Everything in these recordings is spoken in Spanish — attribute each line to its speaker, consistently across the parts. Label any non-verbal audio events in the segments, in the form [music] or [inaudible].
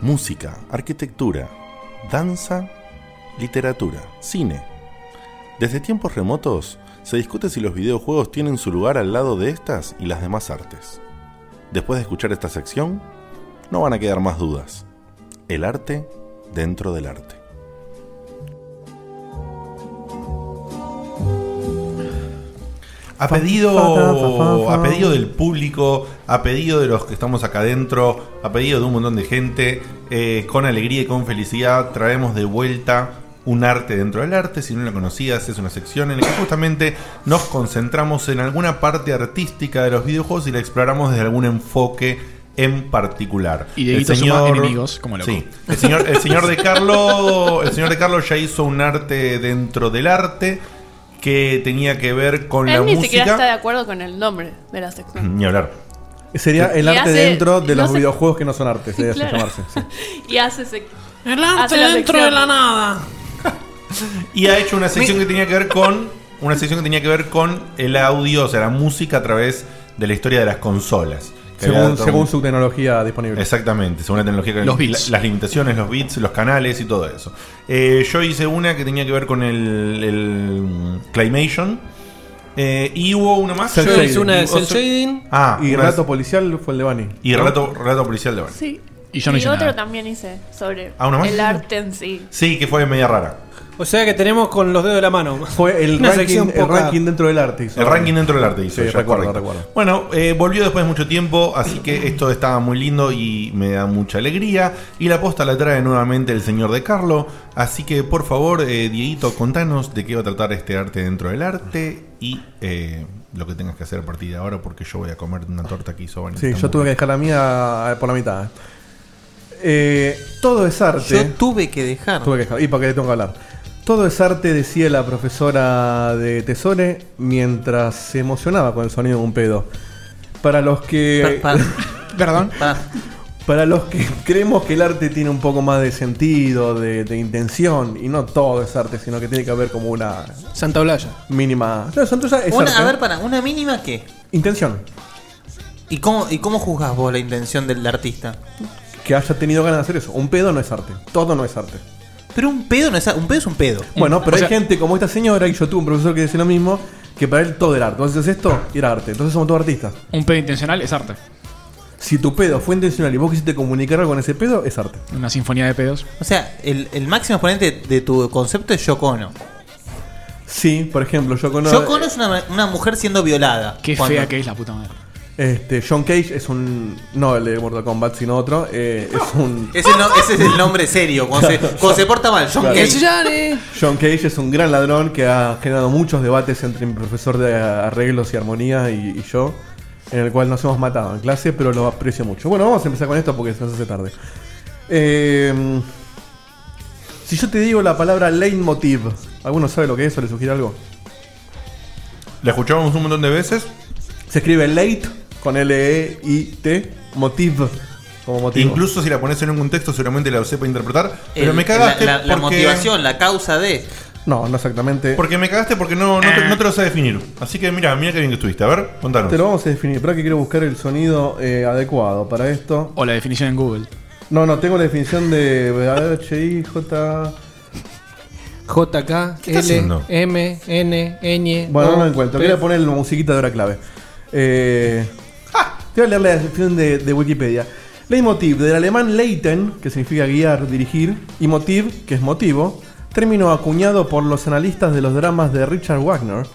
Speaker 1: música, arquitectura, danza, literatura, cine. Desde tiempos remotos se discute si los videojuegos tienen su lugar al lado de estas y las demás artes. Después de escuchar esta sección, no van a quedar más dudas. El arte dentro del arte.
Speaker 2: A pedido, a pedido del público, a pedido de los que estamos acá adentro, a pedido de un montón de gente, eh, con alegría y con felicidad traemos de vuelta un arte dentro del arte. Si no lo conocías, es una sección en la que justamente nos concentramos en alguna parte artística de los videojuegos y la exploramos desde algún enfoque en particular.
Speaker 3: Y Dieguito suma enemigos, como loco.
Speaker 2: Sí. El señor, el señor de Carlo, el señor de Carlo ya hizo un arte dentro del arte que tenía que ver con la
Speaker 4: Él ni siquiera
Speaker 2: música.
Speaker 4: está de acuerdo con el nombre de la sección.
Speaker 2: Ni hablar.
Speaker 5: Sería el
Speaker 4: Y
Speaker 5: arte
Speaker 4: hace-
Speaker 5: dentro de
Speaker 4: no
Speaker 5: los
Speaker 4: sé-
Speaker 5: videojuegos que no son arte, sería
Speaker 4: Claro.
Speaker 5: llamarse. sí.
Speaker 4: Y hace se...
Speaker 6: El arte dentro de la nada.
Speaker 2: Y ha hecho una sección que tenía que ver con. Una sección que tenía que ver con el audio, o sea, la música a través de la historia de las consolas. Que había
Speaker 5: Según,
Speaker 2: todo
Speaker 5: según
Speaker 2: un-
Speaker 5: su tecnología disponible.
Speaker 2: Exactamente, según la tecnología que
Speaker 3: Los bits.
Speaker 2: la- las limitaciones, los bits, los canales y todo eso. Eh, yo hice una que tenía que ver con el, el, mm, Claymation. Eh, y hubo una más.
Speaker 5: Cel
Speaker 6: Yo
Speaker 5: shading.
Speaker 6: hice una de cel
Speaker 2: Oso-
Speaker 6: shading.
Speaker 2: Ah,
Speaker 5: Y el
Speaker 2: una-
Speaker 5: relato policial fue el de Bani.
Speaker 2: y relato, relato policial de Van.
Speaker 4: Sí.
Speaker 3: Y yo no hice
Speaker 4: otro
Speaker 3: nada.
Speaker 4: también hice sobre
Speaker 2: Ah, ¿una más?
Speaker 4: el arte en sí.
Speaker 5: Eh,
Speaker 2: Sí, que fue media rara.
Speaker 6: O sea que tenemos con los dedos de la mano.
Speaker 5: Fue el
Speaker 6: Una
Speaker 5: ranking,
Speaker 6: sección
Speaker 5: el
Speaker 6: poca.
Speaker 5: ranking dentro del arte. hizo
Speaker 2: El
Speaker 5: Bani.
Speaker 2: ranking dentro del arte, dice.
Speaker 5: Sí,
Speaker 2: ella,
Speaker 5: recuerdo,
Speaker 2: correcto.
Speaker 5: recuerdo.
Speaker 2: Bueno, eh, volvió después de mucho tiempo, así que esto estaba muy lindo y me da mucha alegría. Y la posta la trae nuevamente el señor de Carlo. Así que, por favor, eh, Dieguito, contanos de qué va a tratar este arte dentro del arte y eh, lo que tengas que hacer a partir de ahora, porque yo voy a comer una torta que hizo Vanessa.
Speaker 5: Sí, yo tuve que dejar la mía eh, por la mitad. Eh, todo es arte.
Speaker 6: Yo tuve que dejar.
Speaker 5: Tuve que dejar. Y para que le tengo que hablar. Todo es arte, decía la profesora de Tesone mientras se emocionaba con el sonido de un pedo. Para los que.
Speaker 6: Pa- pa-
Speaker 3: Perdón.
Speaker 6: pa-
Speaker 5: Para los que [laughs] creemos que el arte tiene un poco más de sentido, de, de intención, y no todo es arte, sino que tiene que haber como una
Speaker 6: Santa Olalla.
Speaker 5: mínima. No, son todas- es
Speaker 7: Una,
Speaker 5: arte,
Speaker 7: a ver,
Speaker 5: ¿eh?
Speaker 7: para, ¿una mínima qué?
Speaker 5: Intención.
Speaker 7: ¿Y cómo, ¿Y cómo juzgas vos la intención del artista?
Speaker 5: Que haya tenido ganas de hacer eso. Un pedo no es arte. Todo no es arte.
Speaker 7: Pero un pedo no es a- un pedo es un pedo.
Speaker 5: Bueno, pero
Speaker 3: O
Speaker 5: hay
Speaker 3: sea-
Speaker 5: gente como esta señora, y yo tuve un profesor que decía lo mismo, que para él todo era arte. Entonces esto era arte. Entonces somos todos artistas.
Speaker 3: Un pedo intencional es arte.
Speaker 5: Si tu pedo fue intencional y vos quisiste comunicar algo con ese pedo, es arte.
Speaker 3: Una sinfonía de pedos.
Speaker 7: O sea, el, el máximo exponente de tu concepto es Yoko Ono.
Speaker 5: Sí, por ejemplo, yo conozco.
Speaker 7: Yoko Ono es una, una mujer siendo violada.
Speaker 3: Qué
Speaker 7: Cuando-
Speaker 3: fea que es la puta madre.
Speaker 5: Este, John Cage es un. No el de Mortal Kombat, sino otro. eh, es un.
Speaker 7: Ese, no- ese es el nombre serio. Cuando, se, cuando se porta mal, John
Speaker 5: Claro.
Speaker 7: Cage.
Speaker 5: John Cage es un gran ladrón que ha generado muchos debates entre mi profesor de arreglos y armonía y, y yo, en el cual nos hemos matado en clase, pero lo aprecio mucho. Bueno, vamos a empezar con esto porque se nos hace tarde. Eh, si yo te digo la palabra leitmotiv, ¿alguno sabe lo que es o le sugiere algo?
Speaker 2: La escuchábamos un montón de veces,
Speaker 5: Se escribe late con L-E-I-T, motiv, como motivo.
Speaker 2: incluso si la pones en un contexto, seguramente la sepa interpretar. Pero
Speaker 7: El-
Speaker 2: me cagaste.
Speaker 7: La, la- la
Speaker 2: porque-
Speaker 7: motivación, la causa de.
Speaker 5: No, no exactamente.
Speaker 2: Porque me cagaste porque no, no,
Speaker 3: Eh.
Speaker 2: te, no te lo sé definir. Así que mira, mira qué bien que estuviste. A ver, contanos.
Speaker 5: Te lo vamos a definir, pero que quiero buscar el sonido eh, adecuado para esto.
Speaker 3: O la definición en Google.
Speaker 5: No, no, tengo la definición de H-I-J...
Speaker 6: JK,
Speaker 2: ¿Qué estás
Speaker 6: L,
Speaker 2: haciendo?
Speaker 6: M, N, Ñ.
Speaker 5: Bueno, no
Speaker 6: dos,
Speaker 5: lo encuentro.
Speaker 6: tres.
Speaker 5: Quería poner la musiquita de hora clave. Eh, te voy a leer la definición de, de Wikipedia. Leitmotiv, del alemán leiten, que significa guiar, dirigir, y motiv, que es motivo, término acuñado por los analistas de los dramas de Richard Wagner,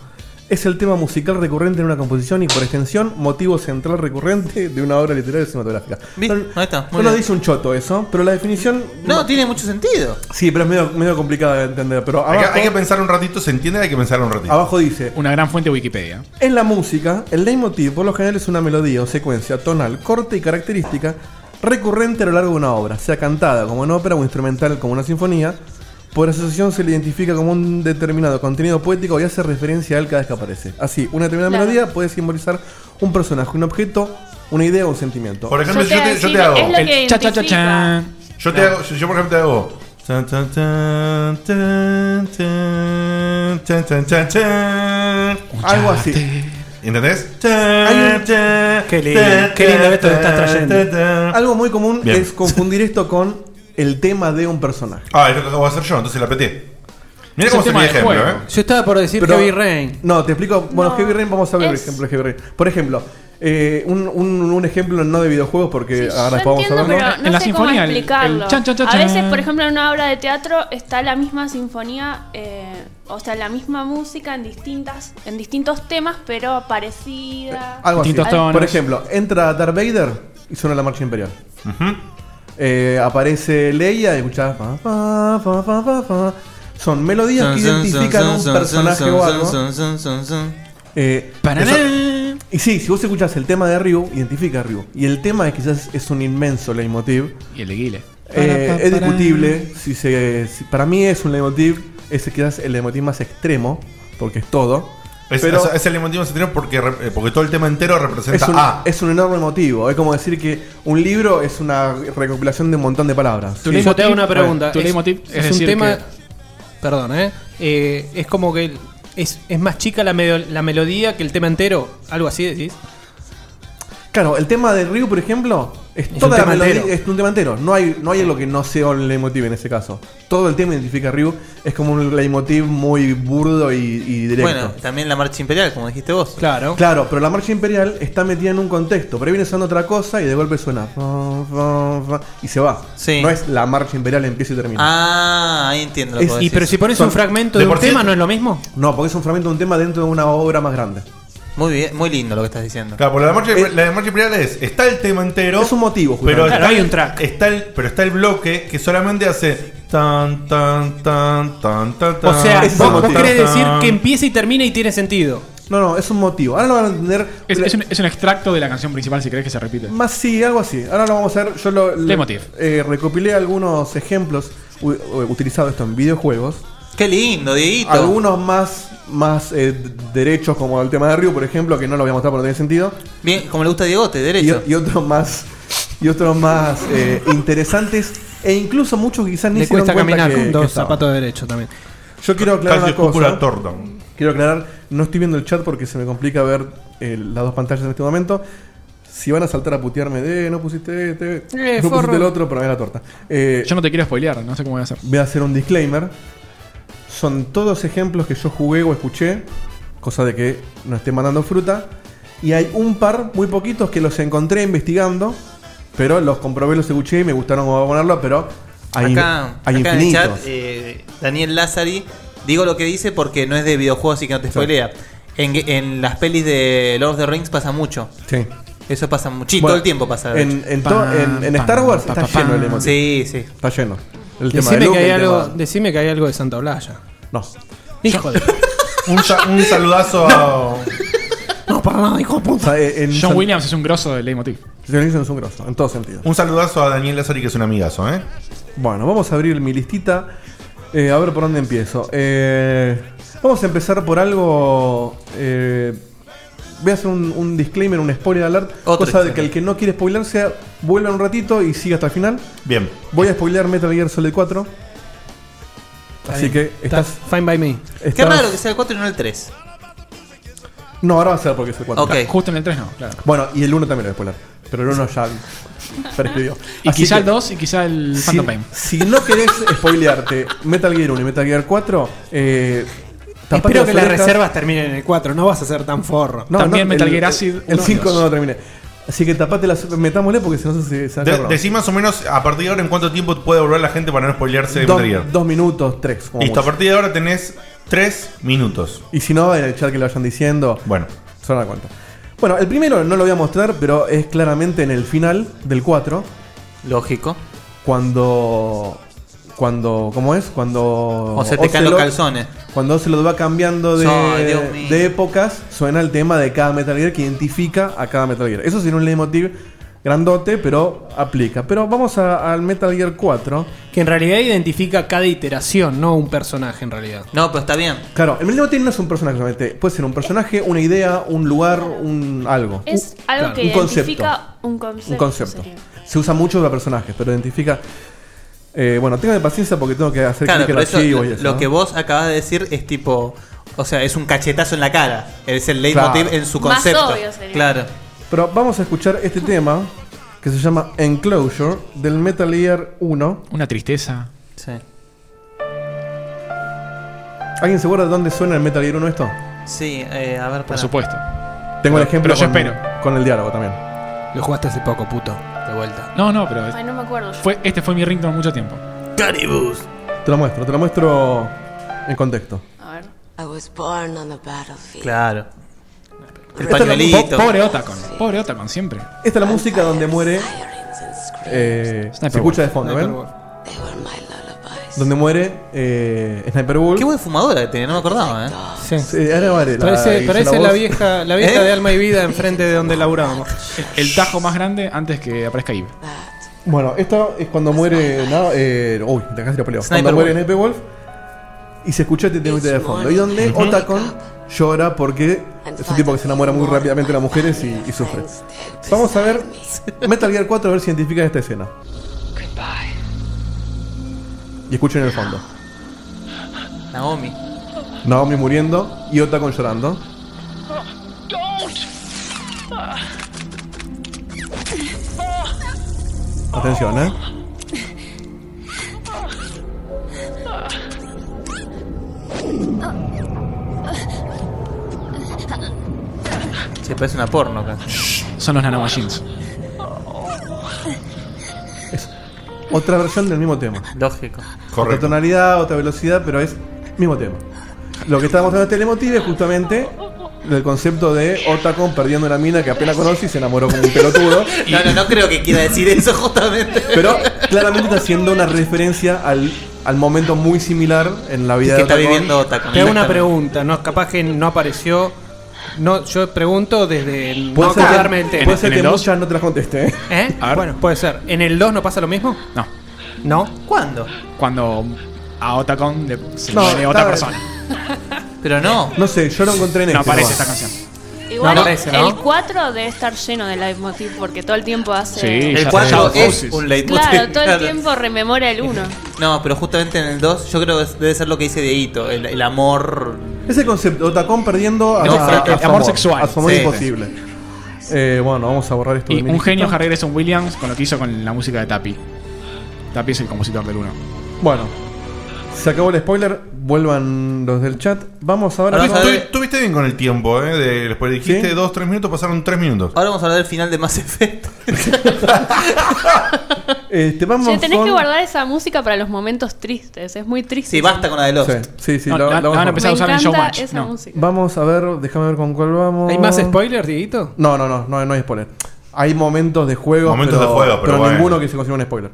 Speaker 5: es el tema musical recurrente en una composición y por extensión motivo central recurrente de una obra literaria y cinematográfica.
Speaker 7: Vi,
Speaker 5: No,
Speaker 7: ahí está, muy
Speaker 5: no lo
Speaker 7: bien.
Speaker 5: dice un choto eso, pero la definición...
Speaker 7: No, tiene mucho sentido.
Speaker 5: Sí, pero es medio, medio complicada de entender. Pero
Speaker 2: Hay que,
Speaker 5: abajo,
Speaker 2: hay que pensar un ratito, se entiende, hay que pensar un ratito.
Speaker 5: abajo dice,
Speaker 3: Una gran fuente de Wikipedia.
Speaker 5: En la música, el leitmotiv por lo general es una melodía o secuencia tonal, corta y característica, recurrente a lo largo de una obra, sea cantada como en ópera o instrumental como una sinfonía. Por asociación se le identifica como un determinado contenido poético y hace referencia a él cada vez que aparece. Así, una determinada
Speaker 4: Claro.
Speaker 5: melodía puede simbolizar un personaje, un objeto, una idea o un sentimiento.
Speaker 2: Por ejemplo,
Speaker 4: Yo
Speaker 2: yo
Speaker 4: te
Speaker 2: te, yo te
Speaker 4: decía,
Speaker 2: hago.
Speaker 4: es la- que
Speaker 3: El cha cha cha cha.
Speaker 2: Yo te hago. Yo, yo, por ejemplo, te hago. tan, tan, tan, tan, tan, tan, tan, tan, tan.
Speaker 5: Algo así.
Speaker 2: ¿Entendés?
Speaker 6: Qué lindo, qué lindo esto que estás trayendo.
Speaker 5: Algo muy común
Speaker 2: Bien.
Speaker 5: es confundir esto con el tema de un personaje.
Speaker 2: Ah, es lo que acabo de hacer yo, entonces la apreté. Mira
Speaker 3: Es
Speaker 2: cómo
Speaker 3: el
Speaker 2: sería
Speaker 3: tema
Speaker 2: el
Speaker 3: del
Speaker 2: ejemplo,
Speaker 3: juego.
Speaker 2: ¿eh?
Speaker 6: Yo estaba por decir
Speaker 5: Pero-
Speaker 6: Heavy Rain.
Speaker 5: No, te explico. Bueno,
Speaker 4: No,
Speaker 5: Heavy Rain, vamos a ver el
Speaker 4: es-
Speaker 5: ejemplo de Heavy Rain. Por ejemplo, eh, un, un- un ejemplo no de videojuegos, porque
Speaker 4: Sí,
Speaker 5: ahora
Speaker 4: yo
Speaker 5: vamos
Speaker 4: entiendo,
Speaker 5: a verlo.
Speaker 4: pero no
Speaker 3: En la
Speaker 4: sé
Speaker 3: sinfonía,
Speaker 4: cómo
Speaker 3: el- el
Speaker 4: explicarlo.
Speaker 3: chan, chan, chan,
Speaker 4: a
Speaker 3: chan.
Speaker 4: veces, por ejemplo, en una obra de teatro está la misma sinfonía, eh, o sea, la misma música en distintas, en distintos temas, pero parecida.
Speaker 5: Algo así.
Speaker 3: Distintos tonos.
Speaker 5: Por ejemplo, entra Darth Vader y suena la marcha imperial.
Speaker 2: Ujú.
Speaker 5: Eh, aparece Leia y escuchás. pa, pa, pa, pa, pa, pa. Son melodías que identifican a un personaje o algo. Eh, eso- y sí, si vos escuchás el tema de Ryu, identifica a Ryu. Y el tema de quizás es un inmenso leitmotiv.
Speaker 3: Y el de Guile.
Speaker 5: Eh, es discutible. Si se, si- para mí es un leitmotiv. Es quizás el leitmotiv más extremo. Porque es todo.
Speaker 2: Es,
Speaker 5: pero
Speaker 2: es- es el emotivo se tiene porque, re- eh, porque todo el tema entero representa
Speaker 5: es, un,
Speaker 2: A.
Speaker 5: es un enorme motivo. Es como decir que un libro es una recopilación de un montón de palabras.
Speaker 3: Tu
Speaker 5: Sí.
Speaker 3: leitmotiv-
Speaker 6: Yo te hago una pregunta.
Speaker 3: Tu
Speaker 6: es,
Speaker 3: leitmotiv
Speaker 6: es
Speaker 3: es, decir
Speaker 6: un tema.
Speaker 3: que-
Speaker 6: Perdón, ¿eh? Eh, Es como que el- es, es más chica la, medio- la melodía que el tema entero. Algo así decís.
Speaker 5: Claro, el tema de Ryu, por ejemplo, es,
Speaker 6: un
Speaker 5: toda la
Speaker 6: tema
Speaker 5: melodía,
Speaker 6: entero.
Speaker 5: es un tema entero. No hay, no hay algo que no sea un leitmotiv en ese caso. Todo el tema identifica a Ryu. Es como un leitmotiv muy burdo y, y directo.
Speaker 7: Bueno, también la marcha imperial, como dijiste vos.
Speaker 6: Claro.
Speaker 5: Claro, pero la marcha imperial está metida en un contexto. Pero ahí viene sonando otra cosa y de golpe suena. fa, fa, fa, Y se va.
Speaker 7: Sí.
Speaker 5: No es la marcha imperial empieza y termina.
Speaker 7: Ah, ahí entiendo lo que
Speaker 6: Es-
Speaker 7: vos
Speaker 6: y,
Speaker 7: decís.
Speaker 6: pero si pones
Speaker 5: Son-
Speaker 6: un fragmento
Speaker 2: de
Speaker 6: de, un
Speaker 2: por sí-
Speaker 6: tema, ¿no es lo mismo?
Speaker 5: No, porque es un fragmento de un tema dentro de una obra más grande.
Speaker 7: Muy bien, muy lindo lo que estás diciendo.
Speaker 2: Claro, porque la marcha,
Speaker 5: Eh,
Speaker 2: la de marcha imperial es, está el tema entero.
Speaker 5: Es un motivo,
Speaker 2: pero
Speaker 5: justamente.
Speaker 2: está
Speaker 6: Claro, hay
Speaker 2: el-
Speaker 6: un track.
Speaker 2: Está el, pero está el bloque que solamente hace tan tan tan tan tan.
Speaker 6: O sea,
Speaker 5: ese es el
Speaker 6: vos, vos
Speaker 5: motivo.
Speaker 6: querés decir
Speaker 2: empieza
Speaker 6: que empieza y termina y tiene sentido.
Speaker 5: No, no, es un motivo. Ahora lo van a entender.
Speaker 3: Es, es un, es un extracto de la canción principal, si crees que se repite.
Speaker 5: Más sí, algo así. Ahora lo vamos a ver. Yo lo, lo-
Speaker 3: Leitmotiv.
Speaker 5: eh, recopilé algunos ejemplos u- u- utilizado esto en videojuegos.
Speaker 7: Qué lindo, Dieguito.
Speaker 5: Algunos más, más eh, d- derechos, como el tema de Ryu, por ejemplo, que no lo voy a mostrar porque no tiene sentido.
Speaker 7: Bien, como le gusta a Diegote,
Speaker 5: Y,
Speaker 7: derecho.
Speaker 5: y otros más, y otros más eh, interesantes. E incluso muchos quizás ni
Speaker 6: Le
Speaker 5: se dieron
Speaker 6: cuesta
Speaker 5: cuenta
Speaker 6: caminar
Speaker 5: que-
Speaker 6: con
Speaker 5: que
Speaker 6: dos
Speaker 5: estaban.
Speaker 6: zapatos de derecho también.
Speaker 5: Yo quiero aclarar
Speaker 2: casi
Speaker 5: una
Speaker 2: cúpula
Speaker 5: cosa.
Speaker 2: Tordon.
Speaker 5: Quiero aclarar, no estoy viendo el chat porque se me complica ver eh, las dos pantallas en este momento. Si van a saltar a putearme de no pusiste este, no pusiste
Speaker 6: forro.
Speaker 5: el otro, pero me da la torta. Eh,
Speaker 3: Yo no te quiero spoilear, no sé cómo voy a hacer.
Speaker 5: Voy a hacer un disclaimer. Son todos ejemplos que yo jugué o escuché, cosa de que no esté mandando fruta. Y hay un par, muy poquitos, que los encontré investigando, pero los comprobé, los escuché y me gustaron como ponerlo, pero hay,
Speaker 7: acá
Speaker 5: hay
Speaker 7: acá en el
Speaker 5: infinitos.
Speaker 7: chat, eh, Daniel Lazari, digo lo que dice porque no es de videojuegos y que no te spoilea. En, en las pelis de Lord of the Rings pasa mucho.
Speaker 5: Sí.
Speaker 7: Eso pasa muchísimo.
Speaker 5: Bueno,
Speaker 7: todo el tiempo pasa. de
Speaker 5: En,
Speaker 7: hecho.
Speaker 5: en to- en- en Star Wars
Speaker 3: Pam,
Speaker 5: está
Speaker 3: pam,
Speaker 5: lleno el
Speaker 3: pam.
Speaker 5: emotivo.
Speaker 7: Sí, sí.
Speaker 5: Está lleno. El tema de
Speaker 6: Decime
Speaker 5: Luke,
Speaker 6: que, hay
Speaker 5: el
Speaker 6: algo,
Speaker 5: tema-
Speaker 6: decime que hay algo de Santa Blaya.
Speaker 5: No.
Speaker 6: Hijo [laughs] de.
Speaker 2: Un, sa- [laughs] un saludazo a.
Speaker 6: No, para nada, hijo de
Speaker 5: O
Speaker 6: puta.
Speaker 5: sea, en
Speaker 3: John Williams es un grosso de leitmotiv.
Speaker 5: John Williams es un grosso, en todo sentido.
Speaker 2: Un saludazo a Daniel Lazari, que es un amigazo, ¿eh?
Speaker 5: Bueno, vamos a abrir mi listita. Eh, a ver por dónde empiezo. Eh, vamos a empezar por algo. eh, voy a hacer un, un disclaimer, un spoiler alert.
Speaker 7: Otro
Speaker 5: cosa de
Speaker 7: disclaimer.
Speaker 5: que el que no quiere spoilearse vuelva un ratito y siga hasta el final.
Speaker 2: Bien.
Speaker 5: Voy a spoilear Metal Gear Solid 4. Así
Speaker 6: bien.
Speaker 5: que estás.
Speaker 6: Fine by me.
Speaker 7: Qué
Speaker 5: estás-
Speaker 7: raro que sea el 4 y no el 3.
Speaker 5: No, ahora va a ser porque es el 4.
Speaker 7: Ok.
Speaker 3: Justo en el 3 no, claro.
Speaker 5: Bueno, y el 1 también lo voy a spoiler. Pero el 1
Speaker 7: [laughs]
Speaker 5: ya prescribió.
Speaker 3: Y
Speaker 5: Así
Speaker 3: quizá
Speaker 5: que-
Speaker 3: el 2 y quizá el
Speaker 5: Si,
Speaker 3: Phantom Pain.
Speaker 5: si no querés spoilearte Metal Gear 1 y Metal Gear 4, eh, tapate
Speaker 6: Espero que las
Speaker 5: orejas.
Speaker 6: reservas terminen en el 4. No vas a ser tan forro.
Speaker 5: No,
Speaker 3: También
Speaker 5: no,
Speaker 3: Metal
Speaker 5: el-
Speaker 3: Gear Acid
Speaker 5: El
Speaker 3: uno y
Speaker 5: 5
Speaker 3: dos.
Speaker 5: no lo terminé. Así que tapate las. Metámosle porque si no se, se
Speaker 2: De-
Speaker 5: acaba.
Speaker 2: decí más o menos a partir de ahora en cuánto tiempo puede volver la gente para no spoilearse de
Speaker 5: dos,
Speaker 2: Metal Gear.
Speaker 5: dos minutos, tres. como
Speaker 2: Listo, a
Speaker 5: mucho.
Speaker 2: partir de ahora tenés tres minutos.
Speaker 5: Y si no, en el chat que lo vayan diciendo,
Speaker 2: Bueno,
Speaker 5: se van a dar cuenta. Bueno, el primero no lo voy a mostrar, pero es claramente en el final del 4.
Speaker 7: Lógico.
Speaker 5: Cuando. Cuando. ¿Cómo es? Cuando.
Speaker 7: O se te caen los
Speaker 5: Ocelot-
Speaker 7: calzones.
Speaker 5: Cuando Ocelot va cambiando de,
Speaker 7: Ay, Dios mío.
Speaker 5: de épocas, suena el tema de cada Metal Gear que identifica a cada Metal Gear. Eso sería un leitmotiv grandote, pero aplica. Pero vamos a- al Metal Gear 4.
Speaker 6: Que en realidad identifica cada iteración, no un personaje en realidad.
Speaker 7: No, pero está bien.
Speaker 5: Claro, el leitmotiv no es un personaje solamente. Puede ser un personaje, una idea, un lugar, un algo.
Speaker 4: Es algo
Speaker 6: claro,
Speaker 4: que
Speaker 5: un concepto.
Speaker 4: identifica un concepto.
Speaker 5: un concepto.
Speaker 4: sería.
Speaker 5: Se usa mucho para personajes, pero identifica... Eh, bueno, tengan paciencia porque tengo que hacer
Speaker 7: Claro,
Speaker 5: clic en
Speaker 7: pero
Speaker 5: los
Speaker 7: eso,
Speaker 5: archivos
Speaker 7: lo,
Speaker 5: y eso,
Speaker 7: lo
Speaker 5: ¿no?
Speaker 7: que vos acabas de decir es tipo O sea, es un cachetazo en la cara. Es el
Speaker 5: Claro.
Speaker 7: leitmotiv en su
Speaker 4: Más
Speaker 7: concepto.
Speaker 4: obvio sería.
Speaker 7: Claro.
Speaker 5: Pero vamos a escuchar este tema que se llama Enclosure del Metal Gear 1.
Speaker 3: Una tristeza.
Speaker 7: Sí.
Speaker 5: ¿Alguien se acuerda de dónde suena el Metal Gear 1 esto?
Speaker 7: Sí, eh, a ver,
Speaker 3: Por
Speaker 7: pará.
Speaker 3: supuesto.
Speaker 5: Tengo el ejemplo
Speaker 3: pero yo
Speaker 5: con,
Speaker 3: espero.
Speaker 5: con el diálogo también.
Speaker 6: Lo jugaste hace poco, puto. De vuelta.
Speaker 3: No, no, pero
Speaker 4: Ay, no me acuerdo yo.
Speaker 3: fue, este fue mi ringtone mucho tiempo.
Speaker 5: Te lo muestro, te lo muestro en contexto.
Speaker 4: A ver.
Speaker 8: I was born on the battlefield.
Speaker 7: Claro. El
Speaker 5: Esta es la-
Speaker 7: pañuelito.
Speaker 3: Po- pobre Otacon. Pobre Otacon, siempre.
Speaker 5: Esta es la música donde muere.
Speaker 8: Sirens and screams.
Speaker 5: eh, se
Speaker 3: Sniper
Speaker 5: escucha de
Speaker 3: Wolf.
Speaker 5: fondo, ¿ven?
Speaker 8: They were my lullabies.
Speaker 5: Donde muere eh, Sniper Wolf.
Speaker 7: Qué buena fumadora que tenía, no me acordaba, ¿eh?
Speaker 6: Sí.
Speaker 5: Sí, ahora vale, la-
Speaker 6: Parece,
Speaker 5: hizo
Speaker 6: parece la,
Speaker 5: voz.
Speaker 6: vieja, la vieja
Speaker 7: ¿Eh?
Speaker 6: de alma y vida enfrente de donde laburábamos.
Speaker 3: El tajo más grande antes que aparezca Ibe.
Speaker 8: That
Speaker 5: Bueno, esto es cuando muere. nada, eh, uy, de acá se lo peleo.
Speaker 7: Sniper
Speaker 5: Cuando muere
Speaker 7: Wolf.
Speaker 5: Sniper Wolf. Y se escucha este tema de fondo. Y donde Otacon llora porque es un este tipo que se enamora muy rápidamente de las mujeres y, y sufre. Vamos a ver Metal Gear 4 a ver si identifican esta escena.
Speaker 8: goodbye.
Speaker 5: Y escuchen en el fondo.
Speaker 7: Naomi.
Speaker 5: Naomi muriendo y Otacon llorando. Atención, ¿eh?
Speaker 7: Se parece una porno acá.
Speaker 3: Son los nanomachines.
Speaker 5: Otra versión del mismo tema.
Speaker 7: Lógico.
Speaker 5: Otra
Speaker 2: Correcto.
Speaker 5: tonalidad, otra velocidad, pero es mismo tema. Lo que está mostrando Telemotive es justamente el concepto de Otacon perdiendo una mina que apenas conoce y se enamoró como un pelotudo.
Speaker 7: No, no, no creo que quiera decir eso [laughs] justamente.
Speaker 5: Pero claramente está haciendo una referencia al, al momento muy similar en la vida
Speaker 7: que
Speaker 5: de
Speaker 7: está
Speaker 5: Otacon.
Speaker 7: viviendo Otacon.
Speaker 6: Te hago una
Speaker 7: Exactamente.
Speaker 6: pregunta, no, capaz que no apareció. No, yo pregunto desde el-
Speaker 5: Puede
Speaker 6: no
Speaker 5: ser
Speaker 6: acordarme
Speaker 5: que,
Speaker 6: del tema.
Speaker 5: puede ser
Speaker 3: ¿En el
Speaker 5: que
Speaker 3: dos?
Speaker 5: muchas no te las conteste. ¿eh?
Speaker 6: ¿Eh?
Speaker 3: A ver.
Speaker 6: Bueno, puede ser. ¿En el 2 no pasa lo mismo?
Speaker 3: No.
Speaker 6: No.
Speaker 7: ¿Cuándo?
Speaker 3: Cuando a Otacon le- se
Speaker 5: No,
Speaker 3: muere
Speaker 5: está
Speaker 3: otra
Speaker 5: bien.
Speaker 3: persona.
Speaker 7: Pero no.
Speaker 5: No sé, yo lo encontré en
Speaker 3: No
Speaker 5: este,
Speaker 3: aparece
Speaker 5: no.
Speaker 3: esta canción.
Speaker 4: Igual
Speaker 6: No aparece, ¿no?
Speaker 4: el 4 debe estar lleno de leitmotiv porque todo el tiempo hace.
Speaker 3: Sí.
Speaker 7: El
Speaker 3: ya-
Speaker 7: 4
Speaker 3: ya-
Speaker 7: es un leitmotiv.
Speaker 4: Claro, todo el
Speaker 7: [laughs] Claro.
Speaker 4: tiempo rememora el 1.
Speaker 7: No, pero justamente en el 2 yo creo que debe ser lo que dice Dieguito, el, el amor...
Speaker 5: Ese concepto, Otacón perdiendo a,
Speaker 7: No,
Speaker 5: a-
Speaker 7: el
Speaker 5: a su
Speaker 7: amor
Speaker 3: sexual.
Speaker 5: A su amor
Speaker 7: Sí.
Speaker 5: imposible. Eh, bueno, vamos a borrar esto. de
Speaker 3: Y
Speaker 5: mi
Speaker 3: un
Speaker 5: lista.
Speaker 3: genio Harry Grayson Williams con lo que hizo con la música de Tapi. Tapi es el compositor del 1.
Speaker 5: Bueno, se acabó el spoiler. Vuelvan los del chat. Vamos ahora.
Speaker 7: Ahora
Speaker 5: con-
Speaker 7: vamos a ver.
Speaker 2: Tuviste bien con el tiempo, ¿eh? De- después dijiste
Speaker 5: Sí.
Speaker 2: dos, tres minutos, pasaron tres minutos.
Speaker 7: Ahora vamos a hablar del final de Mass Effect. [laughs]
Speaker 5: Este, vamos
Speaker 4: Che, tenés
Speaker 5: con-
Speaker 4: que guardar esa música para los momentos tristes. Es muy triste.
Speaker 7: Sí, basta con la de Lost.
Speaker 5: Sí, sí, sí,
Speaker 3: No,
Speaker 5: lo-
Speaker 3: la-
Speaker 5: lo vamos,
Speaker 3: la van a
Speaker 5: a
Speaker 3: empezar
Speaker 4: Me
Speaker 3: a usar en
Speaker 4: encanta
Speaker 3: Showmatch.
Speaker 4: esa
Speaker 3: No.
Speaker 4: música.
Speaker 5: vamos a ver, déjame ver con cuál vamos.
Speaker 6: ¿Hay más spoilers, Dieguito?
Speaker 5: No, no, no, no, no hay spoiler. Hay momentos de juego.
Speaker 2: Momentos
Speaker 5: pero,
Speaker 2: de juego, pero bueno.
Speaker 5: ninguno que se considere un spoiler.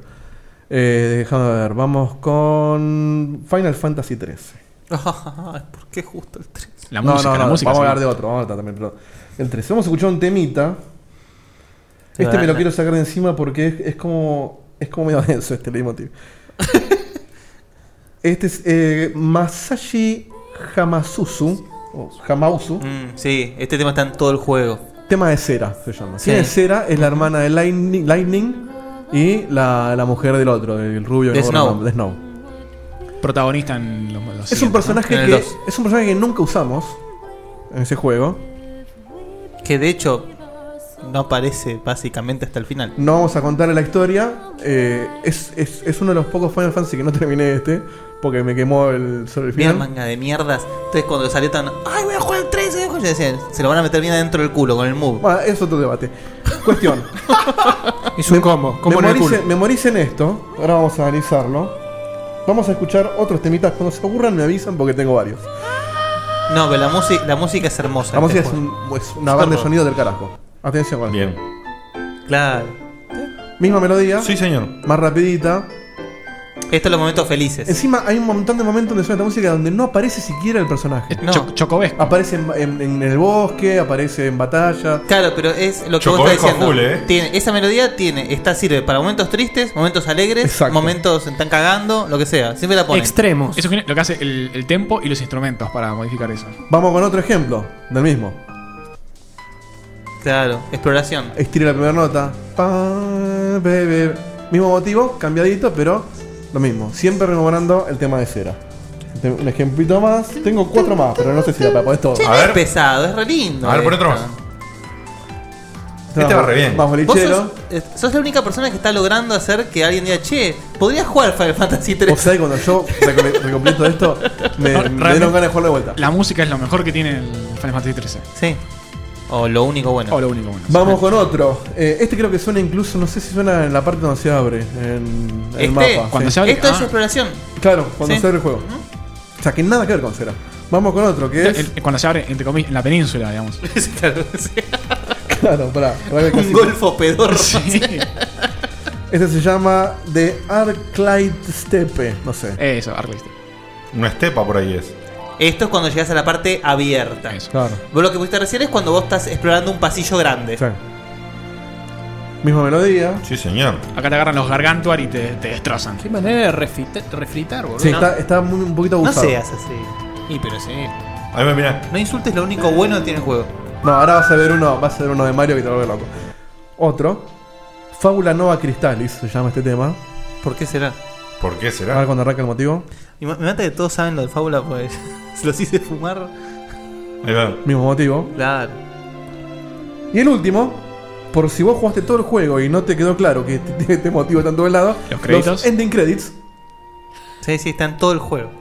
Speaker 5: Eh, déjame ver, vamos con Final Fantasy 13.
Speaker 7: [laughs] Ay, ¿Por qué justo el 3?
Speaker 3: La música, la música.
Speaker 5: vamos a
Speaker 3: sí.
Speaker 5: hablar de otro, vamos a hablar también, pero el 13. Vamos a escuchar un temita.
Speaker 7: Sí,
Speaker 5: Este me lo
Speaker 7: vale.
Speaker 5: quiero sacar de encima porque es, es como es como medio [laughs] denso este leitmotiv.
Speaker 7: [laughs]
Speaker 5: este es eh, Masashi Hamasuzu o Hamausu,
Speaker 7: Mm, sí, este tema está en todo el juego.
Speaker 5: tema de cera se llama.
Speaker 7: Sí.
Speaker 5: ¿Quién es cera? Es la hermana de Lightning, Lightning y la, la mujer del otro, el rubio que
Speaker 7: De
Speaker 5: no recuerdo
Speaker 7: Snow.
Speaker 5: el nombre, de Snow.
Speaker 3: Protagonista en los. los
Speaker 5: Es un
Speaker 3: siguientes,
Speaker 5: personaje
Speaker 7: En el
Speaker 5: que
Speaker 7: Ah, dos.
Speaker 5: es un personaje que nunca usamos en ese juego.
Speaker 7: Que de hecho no aparece básicamente hasta el final.
Speaker 5: No vamos a contarle la historia. Eh, es, es- es uno de los pocos Final Fantasy que no terminé este. Porque me quemó el sobre el
Speaker 7: Bien
Speaker 5: final.
Speaker 7: manga de mierdas. Entonces cuando salió tan... ¡Ay, voy a jugar el 3! voy a jugar el 3", decían, se lo van a meter bien adentro del culo con el move.
Speaker 5: Bueno, es otro debate. Cuestión.
Speaker 6: Es un combo, combo en el culo.
Speaker 5: memoricen, memoricen esto. Ahora vamos a analizarlo. Vamos a escuchar otros temitas. Cuando se ocurran me avisan porque tengo varios.
Speaker 7: No, pero la, musi- la música es hermosa.
Speaker 5: La música es,
Speaker 7: Este
Speaker 5: un-
Speaker 7: juego.
Speaker 5: es una banda de sonido del carajo. Atención con esto.
Speaker 2: Bien.
Speaker 7: Claro.
Speaker 5: Misma melodía,
Speaker 2: Sí, señor.
Speaker 5: más rapidita.
Speaker 7: Estos son los momentos felices.
Speaker 5: Encima hay un montón de momentos donde suena esta música donde no aparece siquiera el personaje.
Speaker 3: ¿no?
Speaker 7: No.
Speaker 3: Cho- Chocobesco.
Speaker 5: Aparece en- en- en el bosque, aparece en batalla.
Speaker 7: Claro, pero es lo que
Speaker 2: Chocó
Speaker 7: vos
Speaker 2: el
Speaker 7: estás diciendo.
Speaker 2: cojul, ¿eh?
Speaker 7: Tiene, esa melodía tiene, está sirve para momentos tristes, momentos alegres,
Speaker 5: Exacto.
Speaker 7: momentos están cagando, lo que sea. Siempre la ponen.
Speaker 6: Extremos.
Speaker 3: Eso es lo que hace el, el tempo y los instrumentos para modificar eso.
Speaker 5: Vamos con otro ejemplo del mismo.
Speaker 7: Claro, exploración.
Speaker 5: Estira la primera nota. Pa, be, be. Mismo motivo, cambiadito, pero lo mismo. Siempre rememorando el tema de cera. Te- Un ejemplito más. Tengo cuatro más, pero no sé si pues da para poner todo.
Speaker 7: Che,
Speaker 2: A
Speaker 7: no
Speaker 2: ver.
Speaker 7: es pesado, es re lindo.
Speaker 2: A ver, pon
Speaker 7: esto.
Speaker 2: otro más. Este va re bien.
Speaker 5: Vamos,
Speaker 7: Vos sos,
Speaker 5: lichero.
Speaker 7: eh, sos la única persona que está logrando hacer que alguien diga, che, podrías jugar Final Fantasy 3.
Speaker 5: O sea, cuando yo recom- recompleto esto, me, me
Speaker 3: Realmente-
Speaker 5: dieron ganas de jugarlo de vuelta.
Speaker 3: La música es lo mejor que tiene el Final Fantasy XIII.
Speaker 7: sí. O lo único bueno.
Speaker 3: O lo único bueno.
Speaker 5: Vamos con otro. Eh, este creo que suena incluso, no sé si suena en la parte donde se abre, en el
Speaker 7: Este,
Speaker 5: mapa.
Speaker 3: cuando
Speaker 5: sí.
Speaker 3: se abre-
Speaker 7: Esto es
Speaker 3: ah. [laughs]
Speaker 7: exploración.
Speaker 5: Claro, cuando
Speaker 7: Sí.
Speaker 5: se abre el juego. O sea, que nada que ver con Cera. Vamos con otro, que es.
Speaker 3: El- el- Cuando se abre, entre comillas, en la
Speaker 5: [laughs]
Speaker 3: península, digamos.
Speaker 5: Claro, pará, pará que
Speaker 7: [laughs] Un
Speaker 5: casi-
Speaker 7: golfo pedorro.
Speaker 5: Este se llama The Arclight Steppe. No sé.
Speaker 3: Eso, Arlist.
Speaker 2: Una estepa por ahí es.
Speaker 7: Esto es cuando llegas a la parte abierta.
Speaker 3: Eso.
Speaker 5: Claro.
Speaker 7: Vos lo que pusiste recién es cuando vos estás explorando un pasillo grande.
Speaker 5: Sí. Misma melodía.
Speaker 2: Sí, señor.
Speaker 3: Acá te agarran los gargantuar y te, te destrozan.
Speaker 6: Qué manera de refita- refritar, boludo.
Speaker 5: Sí, está, está muy- un poquito
Speaker 7: No
Speaker 5: abusado.
Speaker 7: seas así. Y pero sí.
Speaker 2: Ahí me mirá.
Speaker 7: No insultes lo único bueno que tiene el juego.
Speaker 5: No, ahora vas a ver uno, vas a ver uno de Mario que te vuelve loco. Otro. Fábula Nova Cristalis se llama este tema.
Speaker 7: ¿Por qué será?
Speaker 2: ¿Por qué
Speaker 5: A ver
Speaker 2: será?
Speaker 5: cuando arranca el motivo.
Speaker 7: Y me me mata que todos saben lo de fábula, pues. [laughs] Se los hice fumar.
Speaker 2: Ahí va.
Speaker 5: Mismo motivo.
Speaker 7: Claro.
Speaker 5: Y el último, por si vos jugaste todo el juego y no te quedó claro que [laughs] te, te motivo tanto del lado,
Speaker 3: Los créditos.
Speaker 5: ending credits.
Speaker 7: Sí, sí, está en todo el juego.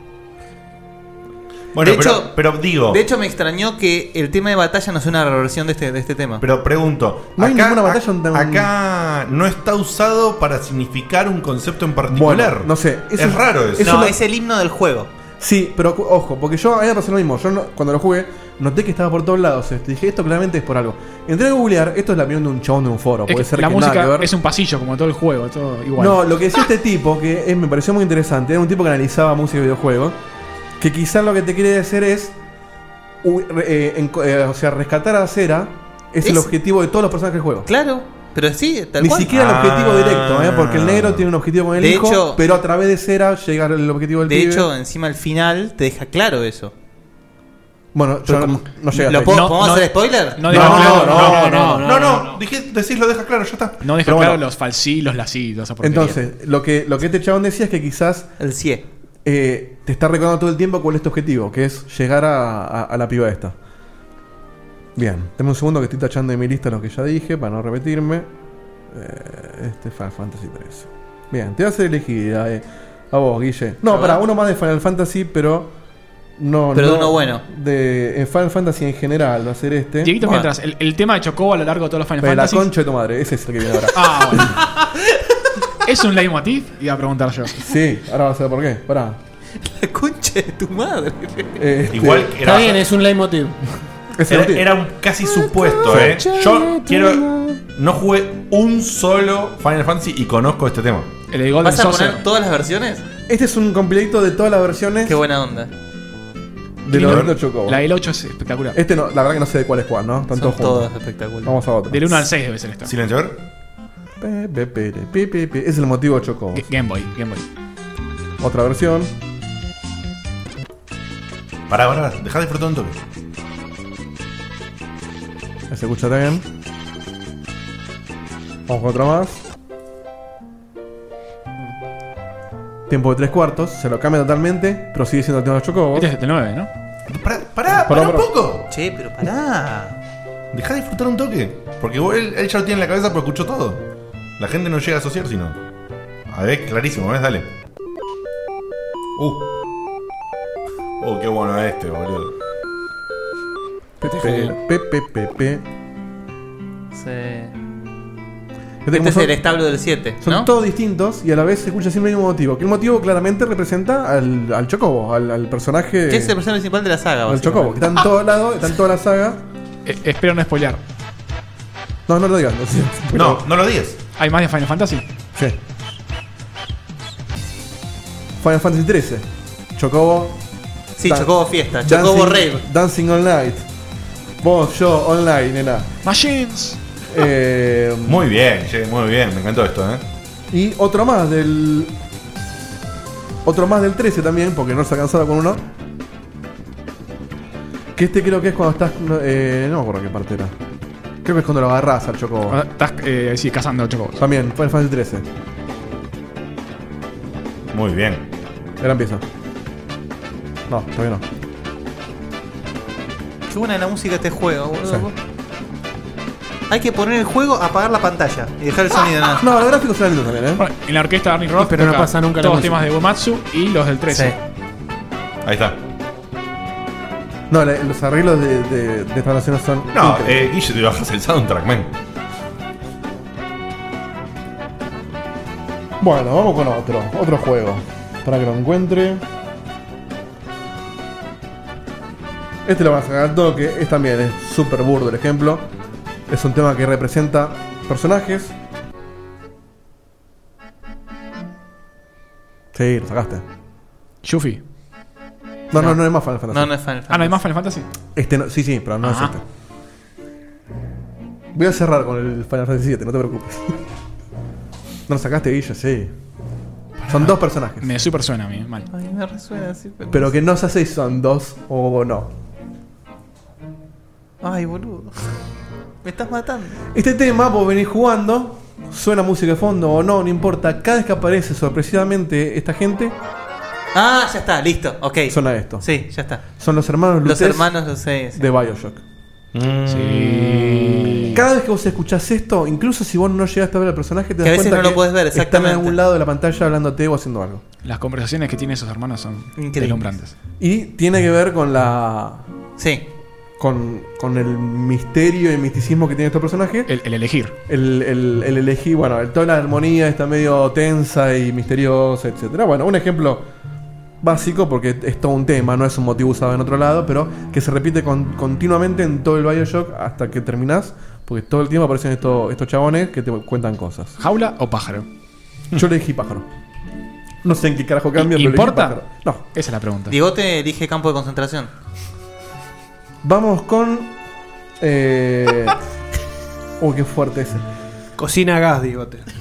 Speaker 2: Bueno,
Speaker 7: De
Speaker 2: pero,
Speaker 7: hecho-
Speaker 2: pero digo,
Speaker 7: De hecho, me extrañó que el tema de batalla no sea una reversión de este, de este tema.
Speaker 2: pero pregunto,
Speaker 5: No hay
Speaker 2: acá,
Speaker 5: ninguna batalla
Speaker 2: ac-
Speaker 5: tan-
Speaker 2: acá no está usado para significar un concepto en particular.
Speaker 5: Bueno, no sé. eso-
Speaker 2: es raro eso.
Speaker 5: eso
Speaker 7: no,
Speaker 5: lo-
Speaker 7: es el himno del juego.
Speaker 5: Sí, pero cu- ojo, porque yo a mí me pasó lo mismo. Yo no- cuando lo jugué, noté que estaba por todos lados. Este. Dije, esto claramente es por algo. Entré a googlear, esto es la opinión de un chabón de un foro.
Speaker 3: Es
Speaker 5: Puede
Speaker 3: que
Speaker 5: ser
Speaker 3: la
Speaker 5: que
Speaker 3: música
Speaker 5: nada que ver.
Speaker 3: es un pasillo, como todo el juego, todo igual.
Speaker 5: No, lo que decía este tipo, que eh, me pareció muy interesante, era un tipo que analizaba música y videojuegos, que quizás lo que te quiere decir es, u- re- eh, enco- eh, o sea, rescatar a Cera es, el
Speaker 7: Es-
Speaker 5: objetivo de todos los personajes del juego.
Speaker 7: Claro, pero sí, tal
Speaker 5: Ni
Speaker 7: cual. Ah.
Speaker 5: siquiera el
Speaker 2: Ah.
Speaker 5: objetivo directo, ¿eh? porque el negro tiene un objetivo con el
Speaker 7: De
Speaker 5: hijo,
Speaker 7: hecho-
Speaker 5: pero a través de Cera llega el objetivo del
Speaker 7: de
Speaker 5: pibe.
Speaker 7: hecho, encima al final te deja claro eso.
Speaker 5: bueno, yo no, no llegué hasta
Speaker 7: ¿Lo
Speaker 5: ahí.
Speaker 7: puedo,
Speaker 3: No,
Speaker 7: ¿Podemos
Speaker 3: no.
Speaker 7: hacer spoiler?
Speaker 3: No,
Speaker 5: No,
Speaker 3: deja claro,
Speaker 5: no, no,
Speaker 2: no, no, dije- decís lo deja claro, ya está.
Speaker 3: no deja
Speaker 5: Pero
Speaker 3: claro
Speaker 5: bueno.
Speaker 3: los falsí, los lasí, toda esa porquería.
Speaker 5: Entonces, lo que, lo que este chabón decía es que quizás
Speaker 7: El CIE. [laughs]
Speaker 5: eh, te está recordando todo el tiempo cuál es tu objetivo, que es llegar a, a- a la piba esta. Bien, dame un segundo que estoy tachando de mi lista lo que ya dije para no repetirme. Eh, este Final Fantasy 13. Bien, te vas a hacer elegir a, eh, a vos, Guille.
Speaker 7: A
Speaker 5: No,
Speaker 7: ver.
Speaker 5: para uno más de Final Fantasy, pero no.
Speaker 7: Pero
Speaker 5: no,
Speaker 7: uno bueno.
Speaker 5: De eh, Final Fantasy en general va a ser este.
Speaker 3: Dieguito,
Speaker 7: Bueno.
Speaker 3: mientras el, el tema de Chocobo a lo largo de todos los Final
Speaker 5: Pero la
Speaker 3: Fantasy.
Speaker 5: concha de tu madre, ese es el que viene ahora.
Speaker 3: Ah, bueno. [laughs] ¿Es un leitmotiv? Iba a preguntar yo.
Speaker 5: sí, ahora vas a ver por qué. Pará.
Speaker 7: La concha de tu madre.
Speaker 5: Este,
Speaker 2: Igual que
Speaker 6: Está
Speaker 2: era,
Speaker 6: bien, es un leitmotiv.
Speaker 5: es el
Speaker 2: era,
Speaker 5: motivo.
Speaker 2: era un casi supuesto, ¿eh? Yo quiero. No jugué un solo Final Fantasy y conozco este tema.
Speaker 3: El de Golden
Speaker 7: ¿Vas a
Speaker 3: Saucer.
Speaker 7: poner todas las versiones?
Speaker 5: Este es un compiladito de todas las versiones
Speaker 7: Qué buena onda.
Speaker 5: de los
Speaker 2: lindo.
Speaker 5: otros Chocobos.
Speaker 3: La del 8 es espectacular.
Speaker 5: Este no, la verdad que no sé de cuál es cuál, ¿no? Tanto
Speaker 7: Son
Speaker 5: juntos.
Speaker 7: todas espectaculares.
Speaker 5: Vamos a otro.
Speaker 3: Del 1 al 6 debe ser esta.
Speaker 2: Silencio, a ver.
Speaker 5: Pe, pe, pe, pe, pe, pe, pe. Es el motivo de Chocobo.
Speaker 3: Ga- Game Boy, Game Boy.
Speaker 5: Otra versión.
Speaker 2: Pará, pará, dejá de disfrutar un toque.
Speaker 5: Se escucha también. Vamos con otro más. Tiempo de tres cuartos. Se lo cambia totalmente, pero sigue siendo el tema de Chocobo.
Speaker 3: Este es del 9, ¿no?
Speaker 2: Pará, pará, pará
Speaker 5: Pará,
Speaker 2: un
Speaker 5: pará.
Speaker 2: poco.
Speaker 7: Che, pero pará.
Speaker 2: Dejá de disfrutar un toque. Porque vos- él, él ya lo tiene en la cabeza porque escuchó todo. La gente no llega a asociar, sino. A ver, clarísimo, ¿ves? Dale. Uh. Oh, qué bueno este, boludo.
Speaker 5: Pe,
Speaker 7: este
Speaker 5: pe, pe, pe, pe, pe.
Speaker 7: Se-
Speaker 5: Fíjate
Speaker 7: Este
Speaker 5: cómo
Speaker 7: es
Speaker 5: son-
Speaker 7: el establo del 7,
Speaker 5: Son
Speaker 7: ¿no?
Speaker 5: todos distintos y a la vez se escucha siempre el mismo motivo. Que el motivo claramente representa al, al Chocobo, al, al personaje.
Speaker 7: Que es el personaje principal de la saga,
Speaker 5: Al
Speaker 7: básicamente.
Speaker 5: Chocobo, que está en todos lados, está en toda la saga.
Speaker 3: Eh, espero no spoilear.
Speaker 5: No, no lo digas, no sé.
Speaker 2: No, no lo digas.
Speaker 3: ¿Hay más de Final Fantasy?
Speaker 5: Sí. Final Fantasy XIII. Chocobo.
Speaker 7: Sí,
Speaker 5: Dan-
Speaker 7: Chocobo Fiesta, Chocobo
Speaker 5: Dancing-
Speaker 7: Rave.
Speaker 5: Dancing All Night. Vos, yo, online,
Speaker 7: [laughs]
Speaker 5: nena.
Speaker 3: Machines.
Speaker 5: Eh,
Speaker 2: Muy bien, che, muy bien. Me encantó esto, ¿eh?
Speaker 5: y otro más del. Otro más del 13 también, porque no se alcanzaba con uno. Que este creo que es cuando estás. no, Eh, no me acuerdo qué parte era. Creo que es cuando lo agarras al Chocobo.
Speaker 3: Ah, Estás eh, sí, cazando Chocobos.
Speaker 5: También, Final Fantasy XIII.
Speaker 2: Muy bien.
Speaker 5: Ahora empieza. No, todavía no.
Speaker 7: Qué buena la música de este juego, boludo. Hay que poner el juego, apagar la pantalla y dejar el sonido nada.
Speaker 5: No, los gráficos son lindos también, ¿eh?
Speaker 3: Bueno, en la orquesta de Arnie Roth,
Speaker 6: Pero no
Speaker 3: toca
Speaker 6: pasa nunca la
Speaker 3: Todos los
Speaker 6: música.
Speaker 3: temas de Uematsu y los del 13.
Speaker 2: Ahí está.
Speaker 5: No, la- los arreglos de, de, de esta canción son.
Speaker 2: No,
Speaker 5: increíbles.
Speaker 2: eh, Guille, te bajas el soundtrack, man.
Speaker 5: Bueno, vamos con otro. Otro juego. Para que lo encuentre. Este lo van a sacar al toque. Es también es súper burdo el ejemplo. Es un tema que representa personajes. Sí, lo sacaste.
Speaker 3: Yuffie.
Speaker 5: No, no, no, es más Final Fantasy.
Speaker 7: No, no es Final
Speaker 3: Ah, no hay
Speaker 7: Fantasy.
Speaker 3: más Final Fantasy.
Speaker 5: Este no- sí, sí, pero no
Speaker 3: Ah.
Speaker 5: es este. Voy a cerrar con el Final Fantasy VII, no te preocupes. [laughs] No lo sacaste, Guillo, sí. Son dos personajes.
Speaker 3: Me super suena a mí, mal.
Speaker 7: Ay, me resuena así, pero.
Speaker 5: Pero que no se hace si son dos o no.
Speaker 7: Ay, boludo. [laughs] Me estás matando.
Speaker 5: Este tema vos venís jugando, suena música de fondo o no, no importa. Cada vez que aparece sorpresivamente esta gente,
Speaker 7: Ah, ya está, listo. Ok.
Speaker 5: suena esto.
Speaker 7: Sí, ya está.
Speaker 5: Son los hermanos
Speaker 7: Los
Speaker 5: Lutes
Speaker 7: hermanos, los seis.
Speaker 5: de Bioshock.
Speaker 3: Sí.
Speaker 5: Cada vez que vos escuchás esto, incluso si vos no llegaste a ver al personaje, te das
Speaker 7: Que a veces
Speaker 5: cuenta
Speaker 7: no lo
Speaker 5: que
Speaker 7: podés ver,
Speaker 5: Están en
Speaker 7: exactamente.
Speaker 5: algún lado de la pantalla hablándote o haciendo algo.
Speaker 3: Las conversaciones que tienen esos hermanos son
Speaker 7: Increíbles.
Speaker 3: deslumbrantes.
Speaker 5: Y tiene que ver con la.
Speaker 7: Sí.
Speaker 5: con, con el misterio y misticismo que tiene este personaje.
Speaker 3: El, el elegir.
Speaker 5: El, el, el elegí, bueno, el, toda la armonía está medio tensa y misteriosa, etcétera. Bueno, un ejemplo básico, porque es todo un tema, no es un motivo usado en otro lado, pero que se repite con- continuamente en todo el Bioshock hasta que terminás, porque todo el tiempo aparecen estos, estos chabones que te cuentan
Speaker 3: [laughs]
Speaker 5: cosas.
Speaker 3: ¿Jaula o pájaro?
Speaker 5: Yo le dije pájaro. No sé en qué carajo cambia,
Speaker 3: ¿Y-
Speaker 5: pero
Speaker 3: importa?
Speaker 5: le dije pájaro. No.
Speaker 3: Esa es la pregunta.
Speaker 7: Diegote elige campo de concentración.
Speaker 5: Eh, Vamos con.
Speaker 3: [laughs]
Speaker 5: Eh... Uy, qué fuerte ese.
Speaker 6: Cocina a gas, digote.
Speaker 2: [laughs]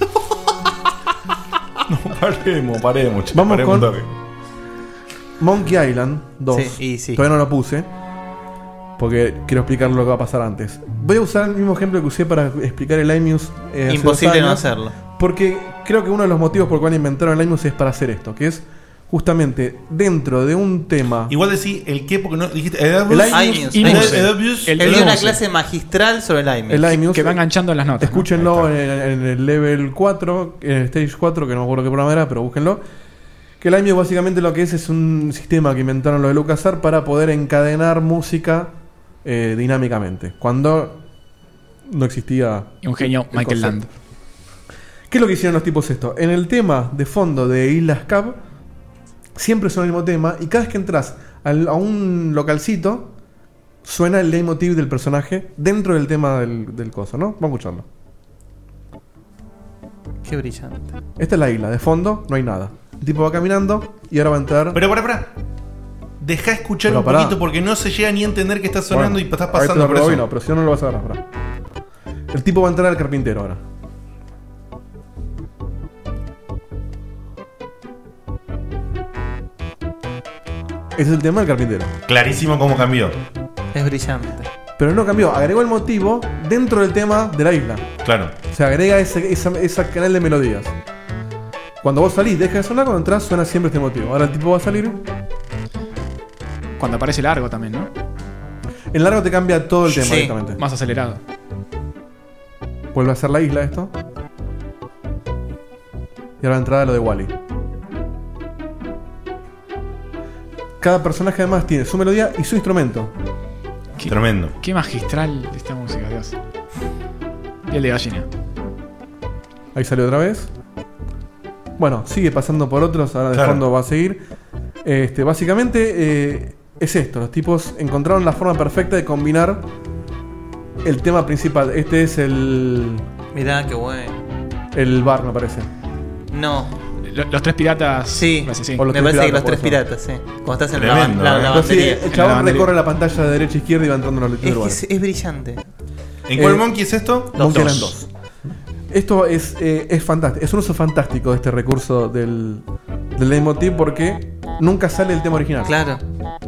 Speaker 2: Paremos, paremos. che,
Speaker 5: Vamos
Speaker 2: paremos un
Speaker 5: con-
Speaker 2: toque.
Speaker 5: Monkey Island 2.
Speaker 7: Sí, y sí.
Speaker 5: Todavía no lo puse. Porque quiero explicar lo que va a pasar antes. Voy a usar el mismo ejemplo que usé para explicar el IMUS. eh, hace
Speaker 7: Imposible
Speaker 5: dos
Speaker 7: no
Speaker 5: años,
Speaker 7: hacerlo.
Speaker 5: Porque creo que uno de los motivos por el cual inventaron el IMUS es para hacer esto. Que es justamente dentro de un tema.
Speaker 2: Igual decí el qué, porque no dijiste. eh, El Abuse.
Speaker 5: El
Speaker 7: Ay,
Speaker 5: IMUS.
Speaker 7: Dios.
Speaker 3: Y
Speaker 7: Él-
Speaker 3: Muse.
Speaker 2: el Abuse.
Speaker 3: El-
Speaker 7: Él dio una
Speaker 3: Muse.
Speaker 7: clase magistral sobre el IME.
Speaker 5: El IMUS.
Speaker 3: Que va enganchando en las notas. ¿no?
Speaker 5: Escúchenlo
Speaker 3: Ahí
Speaker 5: en, en el level 4, en el stage 4, que no me acuerdo qué programa era, pero búsquenlo. Que el IMU básicamente lo que es es un sistema que inventaron los de LucasArts para poder encadenar música eh, dinámicamente. Cuando no existía.
Speaker 3: está. Y un genio,
Speaker 5: el
Speaker 3: Michael
Speaker 5: concepto.
Speaker 3: Land.
Speaker 5: ¿Qué es lo que hicieron los tipos esto? En el tema de fondo de Islas Cab, siempre suena el mismo tema y cada vez que entras al- a un localcito, suena el leitmotiv del personaje dentro del tema del, del coso, ¿no? Vamos a escucharlo.
Speaker 7: Qué brillante.
Speaker 5: Esta es la isla, de fondo no hay nada. El tipo va caminando y ahora va a entrar.
Speaker 2: Pero pará, pará. Deja escuchar
Speaker 5: Pero
Speaker 2: un
Speaker 5: pará.
Speaker 2: poquito porque no se llega ni a entender que está sonando y estás
Speaker 5: ahorita
Speaker 2: pasando
Speaker 5: lo
Speaker 2: por eso.
Speaker 5: rebobino, pero si no, no lo vas a ver ahora. El tipo va a entrar al carpintero ahora. Ese es el tema del carpintero.
Speaker 2: Clarísimo cómo cambió.
Speaker 7: Es brillante.
Speaker 5: Pero no cambió, agregó el motivo dentro del tema de la isla.
Speaker 2: Claro.
Speaker 5: O sea, agrega ese, esa, esa canal de melodías. Cuando vos salís, deja de sonar, cuando entras suena siempre este motivo. Ahora el tipo va a salir.
Speaker 3: Cuando aparece largo también, ¿no?
Speaker 5: En largo te cambia todo el tema
Speaker 7: Sí.
Speaker 5: directamente.
Speaker 3: Más acelerado.
Speaker 5: Vuelve a ser la isla esto. Y ahora la entrada lo de Wally. Cada personaje además tiene su melodía y su instrumento.
Speaker 3: ¿Qué,
Speaker 2: Tremendo.
Speaker 3: Qué magistral esta música, Dios. Y el de gallina.
Speaker 5: Ahí salió otra vez. Bueno, sigue pasando por otros, ahora de
Speaker 2: Claro.
Speaker 5: fondo va a seguir. Este, básicamente eh, es esto, los tipos encontraron la forma perfecta de combinar el tema principal. Este es el,
Speaker 7: Mirá, qué bueno.
Speaker 5: el bar, me parece.
Speaker 7: No.
Speaker 3: Lo- los tres piratas.
Speaker 7: Sí.
Speaker 3: parece, sí.
Speaker 5: O los
Speaker 7: me
Speaker 5: tres
Speaker 7: parece que
Speaker 5: piratas,
Speaker 7: los tres
Speaker 5: por
Speaker 7: piratas, sí. Cuando estás Ah, en la,
Speaker 2: Tremendo,
Speaker 7: la-
Speaker 2: eh.
Speaker 7: la
Speaker 5: Entonces,
Speaker 7: lavandería.
Speaker 5: el
Speaker 3: En la
Speaker 5: chabón
Speaker 3: bandería.
Speaker 5: recorre la pantalla de derecha a izquierda y va entrando en los
Speaker 7: Es, que
Speaker 5: lugares.
Speaker 7: es- es brillante.
Speaker 2: ¿En cuál
Speaker 5: Eh,
Speaker 2: monkey es esto?
Speaker 5: Monkey Island 2. Esto es, eh, es fantástico, es un uso fantástico de este recurso del, del leitmotiv porque nunca sale el tema original.
Speaker 7: Claro.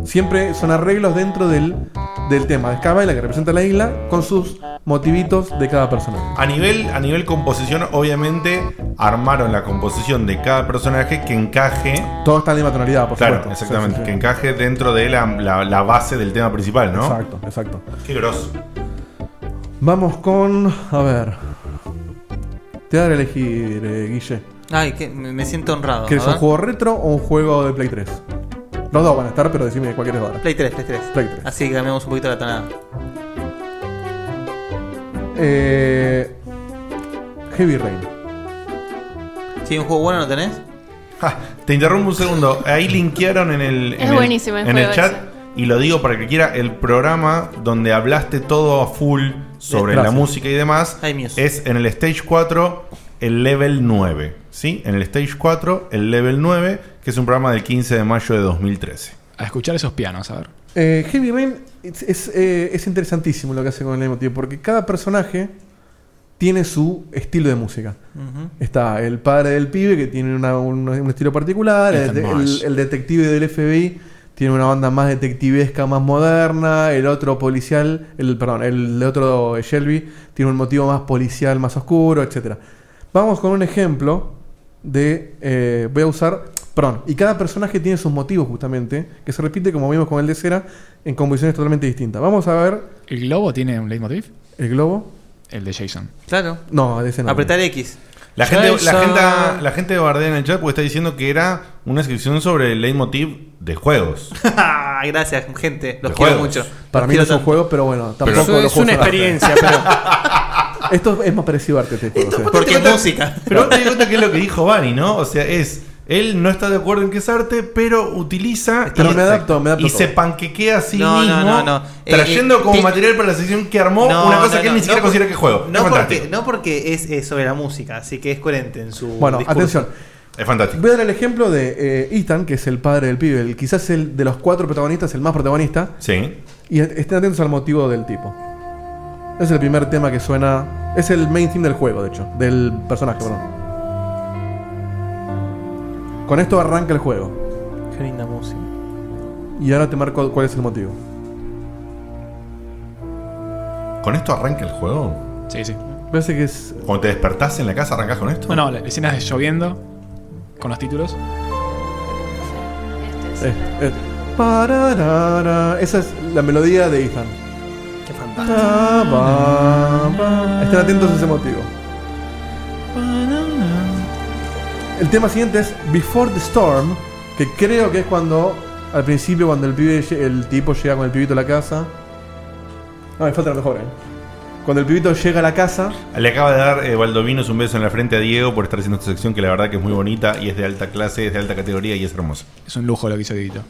Speaker 5: Siempre son arreglos dentro del, del tema de Sky Island que representa la isla con sus motivitos de cada personaje.
Speaker 2: A nivel, a nivel composición, obviamente, armaron la composición de cada personaje que encaje.
Speaker 5: Todos están de misma tonalidad, por
Speaker 2: Claro,
Speaker 5: supuesto.
Speaker 2: exactamente.
Speaker 5: Sí, sí,
Speaker 2: Que
Speaker 5: sí.
Speaker 2: encaje dentro de la, la- la base del tema principal, ¿no?
Speaker 5: Exacto, exacto.
Speaker 2: Qué grosso.
Speaker 5: Vamos con. A ver. Te daré a elegir, eh, Guille.
Speaker 7: Ay, que me me siento honrado.
Speaker 5: ¿Quieres
Speaker 7: A
Speaker 5: un
Speaker 7: ver.
Speaker 5: juego retro o un juego de Play 3? Los dos van a estar, pero decime cuál quieres ahora.
Speaker 7: Play 3, Play 3.
Speaker 5: Play 3.
Speaker 7: Así que cambiamos un poquito la tonada.
Speaker 5: Eh, Heavy Rain.
Speaker 7: Si un juego bueno no tenés,
Speaker 2: Ja, te interrumpo un segundo. Ahí linkearon en el,
Speaker 4: Es
Speaker 2: en el-
Speaker 4: buenísimo el
Speaker 2: en el
Speaker 4: juego
Speaker 2: chat.
Speaker 4: ese.
Speaker 2: Y lo digo para el que quiera, el programa donde hablaste todo a full sobre la
Speaker 5: Gracias.
Speaker 2: música y demás
Speaker 7: Ay, Muse.
Speaker 2: es en el Stage 4, el Level 9. ¿Sí? En el Stage 4, el Level 9, que es un programa del 15 de mayo de 2013.
Speaker 3: A escuchar esos pianos, a ver.
Speaker 5: Eh, Heavy Rain es, es, eh, es interesantísimo lo que hace con el emotivo, porque cada personaje tiene su estilo de música. Está el padre del pibe que tiene una- un, un estilo particular, el,
Speaker 3: Ethan
Speaker 5: el-
Speaker 3: Marsh.
Speaker 5: el detective del FBI tiene una banda más detectivesca, más moderna, el otro policial, el perdón, el otro Shelby tiene un motivo más policial, más oscuro, etcétera. Vamos con un ejemplo de. eh, voy a usar. Perdón, y cada personaje tiene sus motivos justamente, que se repite como vimos con el de cera, en composiciones totalmente distintas. Vamos a ver
Speaker 3: ¿El globo tiene un leitmotiv?
Speaker 5: el globo.
Speaker 3: El de Jason.
Speaker 7: claro.
Speaker 5: No, de ese no.
Speaker 7: Apretar X. [laughs]
Speaker 2: La gente, la,
Speaker 7: Jason.
Speaker 2: gente, la gente bardea en el chat porque está diciendo que era una descripción sobre el leitmotiv de juegos.
Speaker 7: Gracias, gente. Los
Speaker 2: De
Speaker 7: quiero
Speaker 2: juegos.
Speaker 7: mucho.
Speaker 5: Para
Speaker 7: Los
Speaker 5: mí no
Speaker 7: quiero
Speaker 5: son
Speaker 7: tanto.
Speaker 5: juegos, pero bueno, tampoco
Speaker 6: Eso
Speaker 5: los
Speaker 6: es una
Speaker 5: juegos son arte.
Speaker 6: experiencia, [laughs] pero.
Speaker 5: Esto es más parecido a arte, te juro, o sea.
Speaker 7: Porque es música.
Speaker 2: Pero vos te das cuenta que es lo que dijo Bani, ¿no? O sea, es. Él no está de acuerdo en que es arte, pero utiliza.
Speaker 5: Pero
Speaker 2: y,
Speaker 5: me adapto, me adapto
Speaker 2: Y
Speaker 5: todo.
Speaker 2: se panquequea a sí
Speaker 7: No, no,
Speaker 2: mismo.
Speaker 7: no, no. Eh,
Speaker 2: Trayendo
Speaker 7: eh,
Speaker 2: como
Speaker 7: ti-
Speaker 2: material para la sección que armó
Speaker 7: No,
Speaker 2: una cosa
Speaker 7: no,
Speaker 2: que él
Speaker 7: no,
Speaker 2: ni siquiera
Speaker 7: no,
Speaker 2: considera que es juego. es
Speaker 7: No porque,
Speaker 2: fantástico.
Speaker 7: no porque es, eh, sobre la música, así que es coherente en su.
Speaker 5: Bueno,
Speaker 7: discurso.
Speaker 5: atención.
Speaker 2: Es fantástico.
Speaker 5: Voy a dar el ejemplo de eh, Ethan, que es el padre del pibe, el, quizás el de los cuatro protagonistas, el más protagonista.
Speaker 2: Sí.
Speaker 5: Y estén atentos al motivo del tipo. Es el primer tema que suena. Es el main theme del juego, de hecho. Del personaje, perdón. Con esto arranca el juego.
Speaker 7: Qué linda música.
Speaker 5: Y ahora te marco cuál es el motivo.
Speaker 2: ¿Con esto arranca el juego?
Speaker 3: Sí, sí.
Speaker 5: Me Parece que es.
Speaker 2: ¿Cuando te despertás en la casa arrancás con esto?
Speaker 3: No, no, la escena de lloviendo con los títulos.
Speaker 4: Este es-
Speaker 5: es- es- Eh, Pararara. Esa es la melodía de Ethan.
Speaker 7: Qué fantástico.
Speaker 5: Ta, ba, ba. Estén atentos a ese motivo. El tema siguiente es Before the Storm, que creo que es cuando, al principio, cuando el pibe, lle- el tipo llega con el pibito a la casa. No, me falta lo mejor, eh. Cuando el pibito llega a la casa,
Speaker 2: Le acaba de dar eh, Valdovinos un beso en la frente a Diego por estar haciendo esta sección que la verdad que es muy bonita y es de alta clase, es de alta categoría y es hermosa.
Speaker 3: Es un lujo lo que hizo Didito.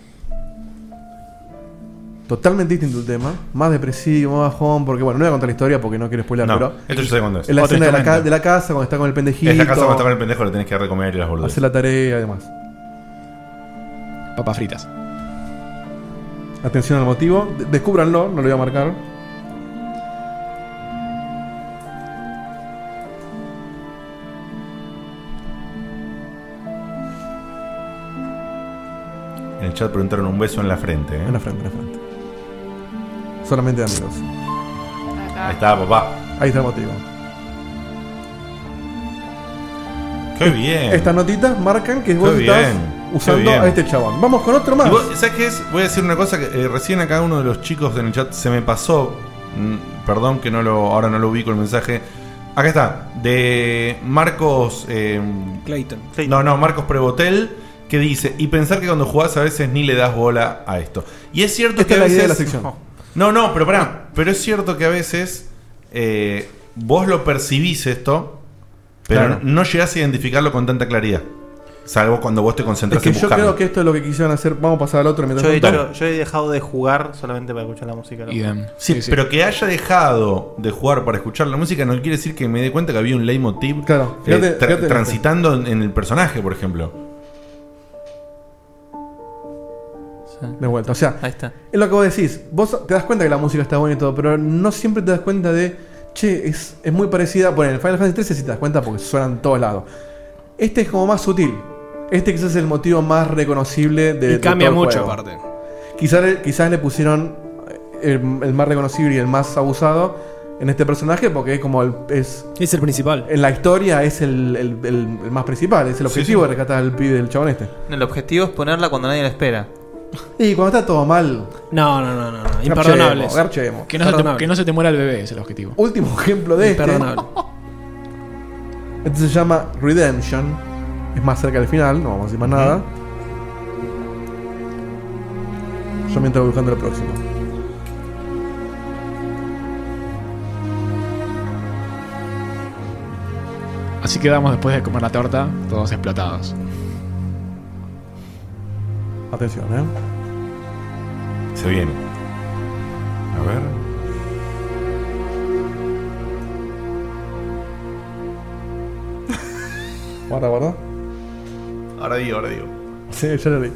Speaker 5: totalmente distinto el tema, más depresivo, más bajón, porque bueno, no voy a contar la historia porque no quiero spoiler,
Speaker 2: No,
Speaker 5: pero
Speaker 2: esto yo sé cuándo es.
Speaker 5: es la
Speaker 3: Otro
Speaker 5: escena de la, ca-
Speaker 3: instrumento.
Speaker 5: de la casa, cuando está con el pendejito,
Speaker 2: Es la casa cuando está con el pendejo, le tenés que recomer y las boludeces.
Speaker 5: hace la tarea y demás.
Speaker 3: Papas fritas.
Speaker 5: Atención al motivo, de- descúbranlo, no lo voy a marcar.
Speaker 2: En el chat preguntaron un beso en la frente. ¿eh?
Speaker 5: En la frente, en la frente. Solamente de amigos.
Speaker 4: acá.
Speaker 2: Ahí está, papá.
Speaker 5: Ahí está el motivo.
Speaker 2: Qué bien.
Speaker 5: Estas notitas marcan que vos
Speaker 2: Qué
Speaker 5: estás
Speaker 2: bien, qué
Speaker 5: usando
Speaker 2: bien.
Speaker 5: a este chabón. Vamos con otro más.
Speaker 2: Y vos, ¿Sabes qué es? Voy a decir una cosa que eh, recién acá uno de los chicos en el chat se me pasó. Mm, Perdón que no lo, ahora no lo ubico el mensaje. Acá está, de Marcos. eh,
Speaker 6: Clayton.
Speaker 2: no, no, Marcos Prebotel. Que dice, y pensar que cuando jugás a veces ni le das bola a esto. Y es cierto que
Speaker 5: Esta es
Speaker 2: a
Speaker 5: la idea
Speaker 2: veces.
Speaker 5: de la sección.
Speaker 2: No, no, pero pará. Pero es cierto que a veces eh, vos lo percibís esto, pero
Speaker 5: Claro.
Speaker 2: no llegás a identificarlo con tanta claridad. Salvo cuando vos te
Speaker 5: Es
Speaker 2: concentras
Speaker 5: que
Speaker 2: en
Speaker 5: yo
Speaker 2: buscarlo.
Speaker 5: creo que esto es lo que quisieron hacer. Vamos a pasar al otro mientras
Speaker 7: Yo he,
Speaker 5: tanto.
Speaker 7: hecho- yo he dejado de jugar solamente para escuchar la música. ¿no?
Speaker 3: Idem.
Speaker 2: Sí, pero que haya dejado de jugar para escuchar la música no quiere decir que me dé cuenta que había un leitmotiv
Speaker 5: Claro,
Speaker 2: eh,
Speaker 5: fíjate-
Speaker 2: tra-
Speaker 5: fíjate en
Speaker 2: transitando en, en el personaje, por ejemplo.
Speaker 5: De vuelta. O sea,
Speaker 7: Ahí está.
Speaker 5: es lo que vos decís. Vos te das cuenta que la música está buena y todo, pero no siempre te das cuenta de. Che, es, es muy parecida. Bueno, en el Final Fantasy XIII sí te das cuenta porque suena en todos lados. Este es como más sutil. Este quizás es el motivo más reconocible de.
Speaker 6: Y
Speaker 5: de
Speaker 6: cambia
Speaker 5: todo el
Speaker 6: mucho
Speaker 5: juego.
Speaker 6: aparte.
Speaker 5: eh, Quizás, quizás le pusieron el, el más reconocible y el más abusado en este personaje porque es como el- es
Speaker 6: Es el principal.
Speaker 5: en la historia es el, el- el- el más principal, es el objetivo de rescatar al pibe del chabón este.
Speaker 7: El objetivo es ponerla cuando nadie la espera.
Speaker 5: Y cuando está todo mal,
Speaker 6: No, no, no, no. no.
Speaker 5: garchemos,
Speaker 6: Imperdonables.
Speaker 5: garchemos.
Speaker 3: Que no, se te,
Speaker 6: Perdonable.
Speaker 3: que no se te muera el bebé, es el objetivo.
Speaker 5: Último ejemplo de este.
Speaker 6: Imperdonable.
Speaker 5: Este se llama Redemption. Es más cerca del final, no vamos a decir más nada. Yo mientras voy buscando el próximo.
Speaker 3: Así quedamos después de comer la torta, todos explotados.
Speaker 5: Atención, eh.
Speaker 1: Se viene. A ver.
Speaker 5: Guarda, guarda.
Speaker 2: Ahora digo, ahora digo.
Speaker 5: Sí, ya lo leí.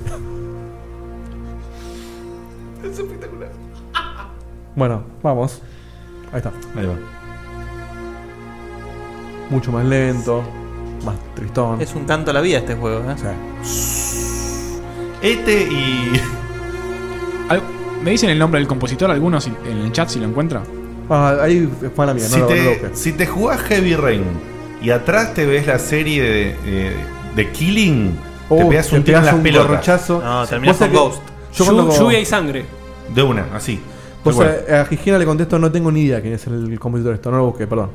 Speaker 2: Es espectacular.
Speaker 5: Bueno, vamos. Ahí está.
Speaker 1: Ahí va.
Speaker 5: Mucho más lento, más tristón.
Speaker 7: Es un canto a la vida este juego, ¿eh?
Speaker 5: Sí.
Speaker 2: Este y.
Speaker 3: Al- ¿Me dicen el nombre del compositor algunos si- en el chat si lo encuentro?
Speaker 5: Ah, ahí fue mala mía, no
Speaker 2: si,
Speaker 5: lo no lo
Speaker 2: te,
Speaker 5: busqué.
Speaker 2: si te jugás Heavy Rain y atrás te ves la serie de, eh, de Killing, te
Speaker 5: Oh,
Speaker 2: pegas un tiro en las pelotas.
Speaker 5: gorrochazo.
Speaker 7: No,
Speaker 5: Sí.
Speaker 7: terminás
Speaker 5: Vos sabés
Speaker 7: con
Speaker 5: que
Speaker 7: Ghost.
Speaker 5: Yo cuando,
Speaker 6: Llu- Lluvia y sangre.
Speaker 2: De una, así.
Speaker 5: vos
Speaker 2: Igual.
Speaker 5: sabés, Pues, eh, a Gigiana le contesto, no tengo ni idea quién es el compositor de esto, no lo busqué, perdón.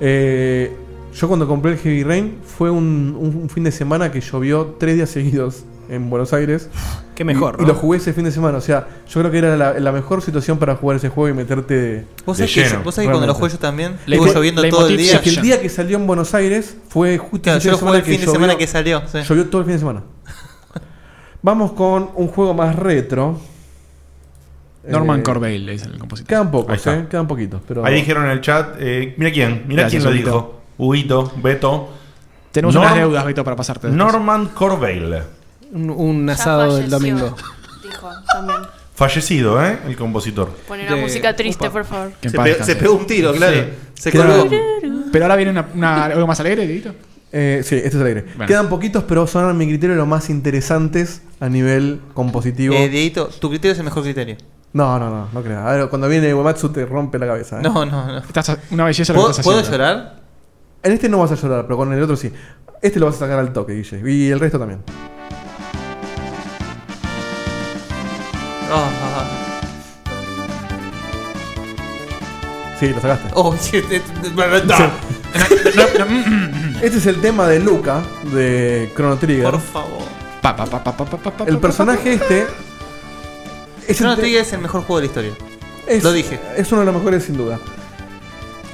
Speaker 5: Eh, yo cuando compré el Heavy Rain fue un, un- un fin de semana que llovió tres días [laughs] seguidos en Buenos Aires.
Speaker 6: Qué mejor.
Speaker 5: Y
Speaker 6: ¿no?
Speaker 5: lo jugué ese fin de semana, o sea, yo creo que era la, la mejor situación para jugar ese juego y meterte...
Speaker 7: ¿Vos
Speaker 2: De
Speaker 7: sabés que,
Speaker 2: lleno,
Speaker 7: vos sabés que cuando lo
Speaker 5: realmente.
Speaker 7: juego yo también?
Speaker 3: Le-
Speaker 7: Estuvo lloviendo
Speaker 3: le-
Speaker 7: todo el
Speaker 3: motiv-
Speaker 7: día.
Speaker 5: Es que el
Speaker 3: Ya.
Speaker 5: día que salió en Buenos Aires fue justo
Speaker 7: Claro,
Speaker 5: ese
Speaker 7: yo lo jugué el fin de semana
Speaker 5: llovió.
Speaker 7: que salió. sí.
Speaker 5: Llovió todo el fin de semana. Vamos con un juego más retro.
Speaker 3: Norman
Speaker 5: Eh,
Speaker 3: Corbeil le dicen el compositor.
Speaker 5: Quedan
Speaker 2: Ahí
Speaker 5: pocos,
Speaker 2: está.
Speaker 5: eh, quedan poquitos. Pero
Speaker 2: Ahí dijeron en el chat, eh, mira quién, mira
Speaker 3: Gracias,
Speaker 2: quién lo
Speaker 3: Huguito.
Speaker 2: dijo. Huguito, Beto.
Speaker 3: Tenemos
Speaker 2: Norm-
Speaker 3: unas deudas, Beto, para pasarte. después.
Speaker 2: Norman Corbeil.
Speaker 6: Un, un
Speaker 4: Ya
Speaker 6: asado del
Speaker 4: falleció,
Speaker 6: domingo.
Speaker 4: Dijo también.
Speaker 2: Fallecido, ¿eh? El compositor.
Speaker 4: Poner la
Speaker 6: De-
Speaker 4: música triste,
Speaker 6: Upa.
Speaker 4: por favor.
Speaker 3: Que en
Speaker 7: Se,
Speaker 3: paz
Speaker 7: pe-
Speaker 3: descanse.
Speaker 7: se pegó un tiro, claro. Se
Speaker 5: Quedaron-
Speaker 7: colgó. Eh,
Speaker 3: Pero ahora viene una, una- algo más alegre, Dieguito.
Speaker 5: Eh, sí, este es alegre.
Speaker 3: Bueno.
Speaker 5: Quedan poquitos, pero son a mi criterio los más interesantes a nivel compositivo.
Speaker 7: Eh, Dieguito, tu criterio es el mejor criterio.
Speaker 5: no, no, no, no creas. A ver, cuando viene Uematsu te rompe la cabeza. eh.
Speaker 7: No, no, no.
Speaker 3: Estás una belleza lo que
Speaker 7: ¿Puedo,
Speaker 3: estás
Speaker 7: puedo
Speaker 3: haciendo.
Speaker 7: llorar?
Speaker 5: En este no vas a llorar, pero con el otro sí. Este lo vas a sacar al toque, Guille. Y el resto también.
Speaker 7: Oh, oh,
Speaker 5: Sí, lo sacaste.
Speaker 7: oh. [laughs] Oh, sí, sí, sí, no.
Speaker 3: mm.
Speaker 5: Este es el tema de Luca, de Chrono Trigger.
Speaker 7: Por favor.
Speaker 3: Pa, pa, pa, pa, pa, pa, pa, pa,
Speaker 5: El
Speaker 3: pa,
Speaker 5: personaje este. Es el
Speaker 7: Chrono
Speaker 5: te-
Speaker 7: Trigger es el mejor juego de la historia.
Speaker 5: es-
Speaker 7: lo dije.
Speaker 5: Es uno de los mejores, sin duda.
Speaker 3: pa.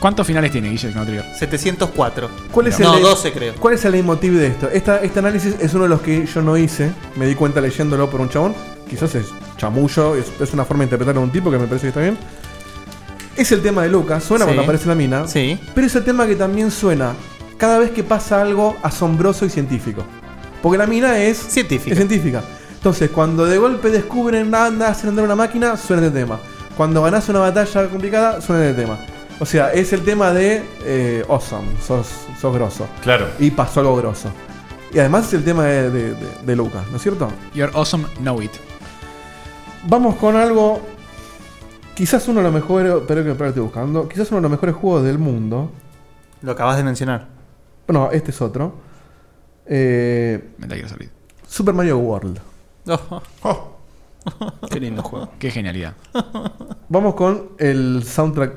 Speaker 3: ¿Cuántos finales tiene Guille Chrono Trigger?
Speaker 7: 704.
Speaker 5: ¿Cuál es
Speaker 7: No,
Speaker 5: el
Speaker 7: 12 creo.
Speaker 5: ¿Cuál es el leitmotiv de esto? Esta- este análisis es uno de los que yo no hice. Me di cuenta leyéndolo por un chabón. Quizás es chamullo, es, es una forma de interpretarlo a un tipo que me parece que está bien. Es el tema de Luca, suena
Speaker 7: Sí.
Speaker 5: cuando aparece la mina.
Speaker 7: Sí.
Speaker 5: Pero es el tema que también suena cada vez que pasa algo asombroso y científico. Porque la mina es
Speaker 7: Científica.
Speaker 5: es científica. Entonces, cuando de golpe descubren, anda, hacen andar una máquina, suena este tema. Cuando ganás una batalla complicada, suena este tema. O sea, es el tema de eh, awesome, sos, sos grosso.
Speaker 2: Claro.
Speaker 5: Y pasó algo grosso. Y además es el tema de, de, de- de Luca, ¿no es cierto?
Speaker 3: You're awesome, know it.
Speaker 5: Vamos con algo. Quizás uno de los mejores. Pero que pero estoy buscando. Quizás uno de los mejores juegos del mundo.
Speaker 7: Lo acabas de mencionar.
Speaker 5: No, este es otro. Eh,
Speaker 3: Metal Gear Solid.
Speaker 5: Super Mario World.
Speaker 7: Oh,
Speaker 2: Oh,
Speaker 6: Qué lindo juego.
Speaker 3: Qué genialidad.
Speaker 5: Vamos con el soundtrack.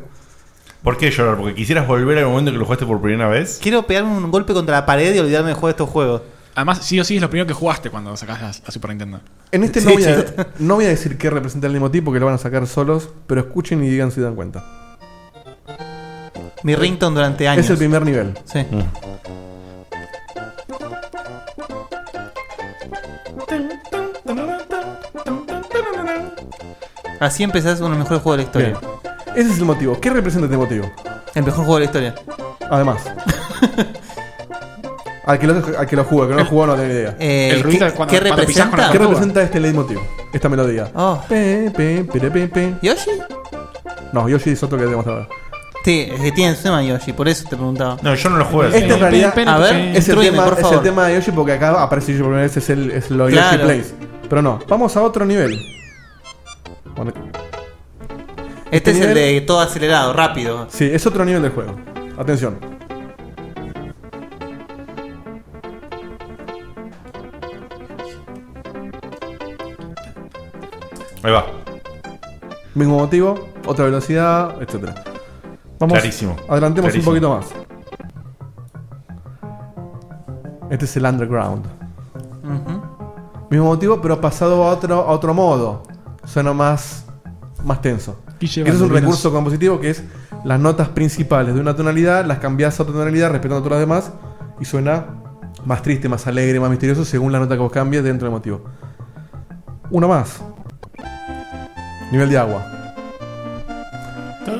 Speaker 2: ¿Por qué llorar? ¿Porque quisieras volver al momento que lo jugaste por primera vez?
Speaker 7: Quiero pegarme un golpe contra la pared y olvidarme de jugar estos juegos.
Speaker 3: Además, sí o sí es lo primero que jugaste cuando sacás la, la Super Nintendo.
Speaker 5: En este
Speaker 7: Sí,
Speaker 5: no, voy a,
Speaker 7: sí.
Speaker 5: no voy a decir qué representa el emotivo porque lo van a sacar solos, pero escuchen y digan si dan cuenta.
Speaker 7: Mi ringtone durante años.
Speaker 5: Es el primer nivel.
Speaker 7: Sí. Así empezás uno de los mejores juegos de la
Speaker 5: Bien.
Speaker 7: historia.
Speaker 5: Ese es el motivo. ¿Qué representa este motivo?
Speaker 7: El mejor juego de la historia.
Speaker 5: Además.
Speaker 7: [laughs]
Speaker 5: al, que lo, al que lo jugó, al que no lo jugó no tiene idea.
Speaker 7: Eh,
Speaker 3: El ruido
Speaker 7: ¿Qué,
Speaker 3: de cuando-
Speaker 7: qué
Speaker 3: cuando pisás con la
Speaker 7: representa?
Speaker 5: ¿Qué
Speaker 3: Ah,
Speaker 5: representa este leitmotiv? Esta melodía.
Speaker 7: Oh.
Speaker 5: Pe, pe, pere, pe, pe.
Speaker 7: ¿Yoshi?
Speaker 5: No, Yoshi es otro que tenemos ahora.
Speaker 7: Sí, es que tiene tema Yoshi, por eso te preguntaba.
Speaker 2: No, yo no lo jugué.
Speaker 5: Este en realidad
Speaker 7: A ver,
Speaker 5: es el,
Speaker 7: Instruyeme,
Speaker 5: tema,
Speaker 7: por
Speaker 5: es el
Speaker 7: favor.
Speaker 5: tema de Yoshi porque acá aparece Yoshi por primera vez, es, el, es lo
Speaker 7: Claro.
Speaker 5: Yoshi Place. Pero no, vamos a otro nivel. Bueno.
Speaker 7: Este es el
Speaker 5: nivel-
Speaker 7: de todo acelerado, rápido.
Speaker 5: Sí, es otro nivel del juego. Atención.
Speaker 2: Ahí va.
Speaker 5: Mismo motivo, otra velocidad, etc. Vamos,
Speaker 2: Clarísimo,
Speaker 5: adelantemos
Speaker 2: clarísimo.
Speaker 5: un poquito más. Este es el underground. Mismo motivo, pero pasado a otro, a otro modo. Suena más, más tenso.
Speaker 3: Y
Speaker 5: Este
Speaker 3: lleva
Speaker 5: es un
Speaker 3: luminas.
Speaker 5: recurso compositivo que es las notas principales de una tonalidad, las cambias a otra tonalidad respetando todas las demás y suena más triste, más alegre, más misterioso según la nota que vos cambies dentro del motivo. Una más. Nivel de agua.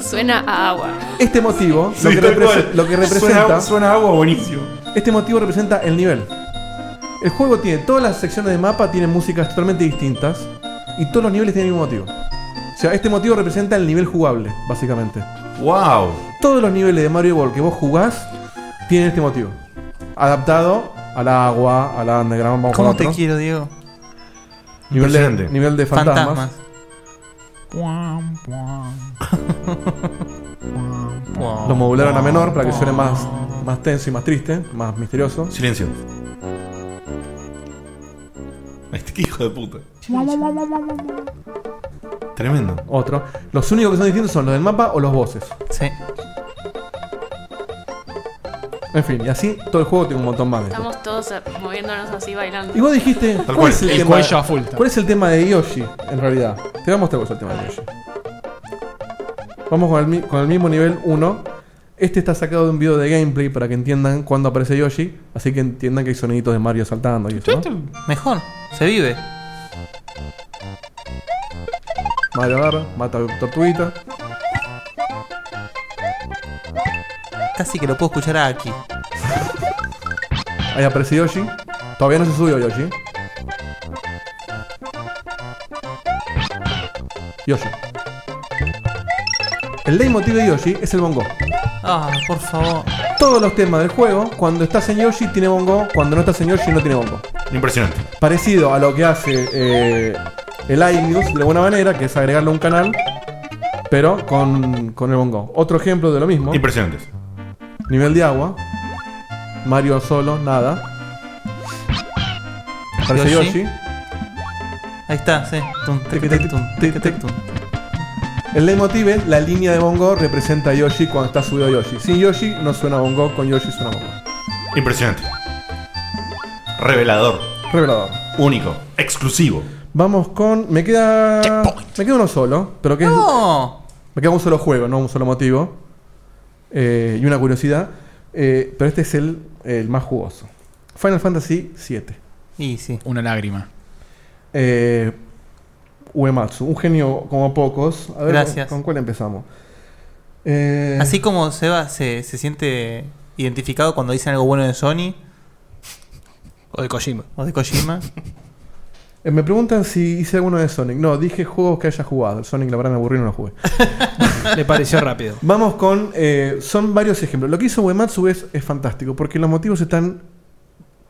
Speaker 4: Suena a agua.
Speaker 5: Este motivo,
Speaker 2: Sí,
Speaker 5: lo, que
Speaker 2: tal
Speaker 5: repre-
Speaker 2: cual.
Speaker 5: lo que
Speaker 2: Suena,
Speaker 5: representa,
Speaker 2: suena agua buenísimo.
Speaker 5: este motivo representa el nivel. El juego tiene todas las secciones de mapa tienen músicas totalmente distintas y todos los niveles tienen el mismo motivo. O sea, este motivo representa el nivel jugable, básicamente.
Speaker 2: ¡Wow!
Speaker 5: Todos los niveles de Mario Ball que vos jugás tienen este motivo. Adaptado al agua, a la underground, vamos
Speaker 7: ¿Cómo
Speaker 5: con
Speaker 7: te
Speaker 5: otro.
Speaker 7: quiero, Diego?
Speaker 5: nivel, de,
Speaker 2: Impresionante.
Speaker 5: nivel de fantasmas.
Speaker 7: Fantasmas.
Speaker 3: Puam, puam.
Speaker 5: Lo modularon a menor para que
Speaker 7: Oh.
Speaker 5: suene más, más tenso y más triste, más misterioso.
Speaker 2: Silencio. Este hijo de puta. Tremendo.
Speaker 5: Otro. Los únicos que son distintos son los del mapa o los voces.
Speaker 7: Sí.
Speaker 5: En fin, y así todo el juego tiene un montón más de esto.
Speaker 4: Estamos todos eh, moviéndonos así bailando.
Speaker 5: Y vos dijiste, ¿cuál
Speaker 2: cual,
Speaker 5: es el,
Speaker 3: el
Speaker 5: tema?
Speaker 3: cuello a full está.
Speaker 5: ¿Cuál es el tema de Yoshi en realidad? Te voy a mostrar cuál es el tema de Yoshi. Vamos con el, mi- con el mismo nivel 1. Este está sacado de un video de gameplay para que entiendan cuándo aparece Yoshi, así que entiendan que hay soniditos de Mario saltando y esto, ¿no?
Speaker 7: Mejor. Se vive.
Speaker 5: Mario agarra, mata a tortuguita.
Speaker 7: Casi que lo puedo escuchar aquí.
Speaker 5: Ahí aparece Yoshi. Todavía no se subió Yoshi. Yoshi. El leitmotiv de Yoshi es el bongo.
Speaker 7: Ah, por favor.
Speaker 5: Todos los temas del juego, cuando estás en Yoshi tiene bongo, cuando no estás en Yoshi no tiene bongo.
Speaker 2: Impresionante.
Speaker 5: Parecido a lo que hace eh, el iMuse de buena manera, que es agregarle un canal, pero con, con el bongo. Otro ejemplo de lo mismo,
Speaker 2: Impresionante.
Speaker 5: nivel de agua, Mario solo, nada. Aparece
Speaker 7: Yoshi.
Speaker 5: Yoshi.
Speaker 7: Ahí está, sí. Tum, tic, tic, tum, tic, tic, tum.
Speaker 5: El leitmotiv es la línea de bongo representa a Yoshi cuando está subido Yoshi. Sin Yoshi no suena bongo, con Yoshi suena bongo.
Speaker 2: Impresionante. Revelador.
Speaker 5: Revelador.
Speaker 2: Único. Exclusivo.
Speaker 5: Vamos con. Me queda. Me queda uno solo, pero que es-
Speaker 7: No.
Speaker 5: Me queda un solo juego, no un solo motivo. Eh, y una curiosidad. Eh, pero este es el, el más jugoso. Final Fantasy VII.
Speaker 7: Y sí.
Speaker 3: Una lágrima.
Speaker 5: Eh, Uematsu, un genio como pocos. A ver,
Speaker 7: Gracias.
Speaker 5: ¿con cuál empezamos? Eh,
Speaker 7: Así como Seba se, se siente identificado cuando dicen algo bueno de Sony
Speaker 6: O de Kojima.
Speaker 7: o de [laughs] Kojima.
Speaker 5: Eh, me preguntan si hice alguno de Sonic. No, dije juegos que haya jugado. El Sonic, la verdad, me aburrí no lo jugué.
Speaker 6: Le pareció rápido.
Speaker 5: Vamos con. eh, son varios ejemplos. Lo que hizo Uematsu es, es fantástico, porque los motivos están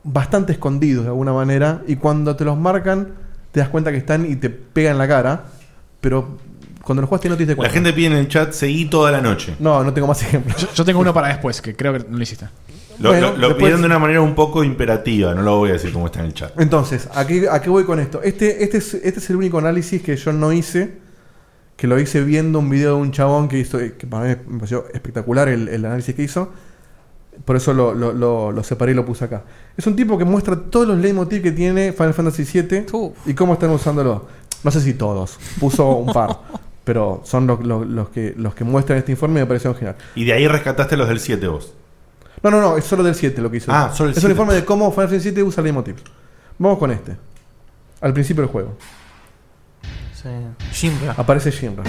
Speaker 5: bastante escondidos de alguna manera, y cuando te los marcan, te das cuenta que están y te pegan en la cara, pero cuando los juegas te no te diste
Speaker 2: La
Speaker 5: cuenta.
Speaker 2: gente pide en el chat, seguí toda la noche.
Speaker 5: No, no tengo más ejemplos.
Speaker 3: Yo, yo tengo uno para después, que creo que no lo hiciste.
Speaker 2: Lo,
Speaker 5: Bueno,
Speaker 2: lo- lo
Speaker 5: después-
Speaker 2: pidieron de una manera un poco imperativa, no lo voy a decir como está en el chat.
Speaker 5: Entonces, ¿a qué, a qué voy con esto? Este, este, es, este es el único análisis que yo no hice, que lo hice viendo un video de un chabón que hizo, que para mí me pareció espectacular el, el análisis que hizo. Por eso lo, lo- lo- lo separé y lo puse acá. Es un tipo que muestra todos los leitmotiv que tiene Final Fantasy VII
Speaker 7: Uf.
Speaker 5: y cómo están usándolo. No sé si todos, puso un par, pero son los, los- los que, los que muestran este informe y me pareció genial.
Speaker 2: Y de ahí rescataste los del 7 vos.
Speaker 5: No, no, no, es solo del 7 lo que hizo.
Speaker 2: Ah, solo el
Speaker 5: es
Speaker 2: 7.
Speaker 5: un informe de cómo Final Fantasy 7 usa el leitmotiv. Vamos con este. Al principio del juego.
Speaker 7: Sí. Shinra.
Speaker 5: Aparece Shinra.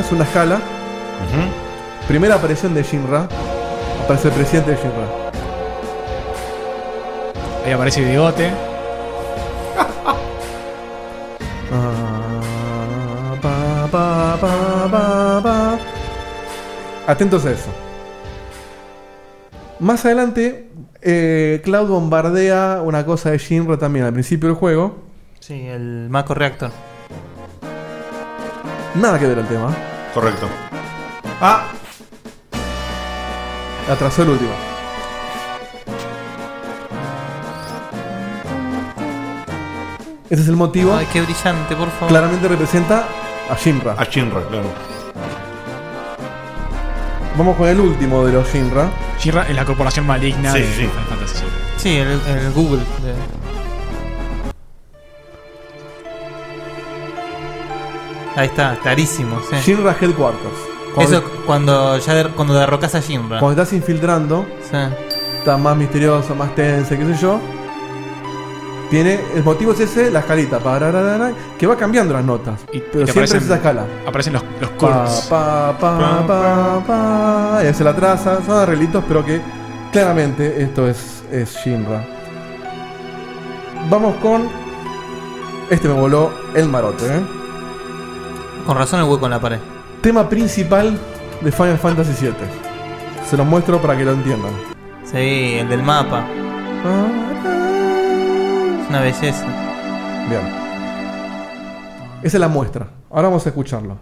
Speaker 5: Es una escala.
Speaker 2: Ujú.
Speaker 5: Primera aparición de Shinra. Aparece el presidente de Shinra.
Speaker 3: Ahí aparece Bigote.
Speaker 5: Ah, pa, pa, pa, pa, pa. Atentos a eso. Más adelante, eh, Cloud bombardea una cosa de Shinra también al principio del juego.
Speaker 7: Sí, el Maco Reactor.
Speaker 5: Nada que ver el tema.
Speaker 2: Correcto. Ah,
Speaker 5: Atrasó el último. Ese es el motivo.
Speaker 7: Ay, qué brillante, por favor.
Speaker 5: Claramente representa a Shinra.
Speaker 2: a Shinra, claro.
Speaker 5: Vamos con el último de los Shinra.
Speaker 3: Shira es la corporación maligna
Speaker 2: Sí,
Speaker 3: de
Speaker 2: sí.
Speaker 3: Final Fantasy VII.
Speaker 7: Sí, el, el Google. de- Ahí está, clarísimo. sí.
Speaker 5: Shinra Headquarters. Cuando,
Speaker 7: Eso cuando ya der- cuando derrocas a Shinra.
Speaker 5: cuando estás infiltrando,
Speaker 7: Sí.
Speaker 5: está más misteriosa, más tensa, qué sé yo. Tiene, el motivo es ese, la escalita, parararara, que va cambiando las notas.
Speaker 3: Y- y te
Speaker 5: pero siempre
Speaker 3: aparecen-
Speaker 5: es esa escala.
Speaker 3: Aparecen los, los
Speaker 5: Pa,
Speaker 3: curves.
Speaker 5: pa, pa, pa, pa, y hace la traza, son arreglitos, pero que claramente esto es, es Shinra. Vamos con. Este me voló el marote, ¿eh?
Speaker 7: Con razón el hueco en la pared.
Speaker 5: Tema principal de Final Fantasy VII. Se los muestro para que lo entiendan.
Speaker 7: Sí, el del mapa. Es una belleza.
Speaker 5: Bien. Esa es la muestra. Ahora vamos a escucharlo.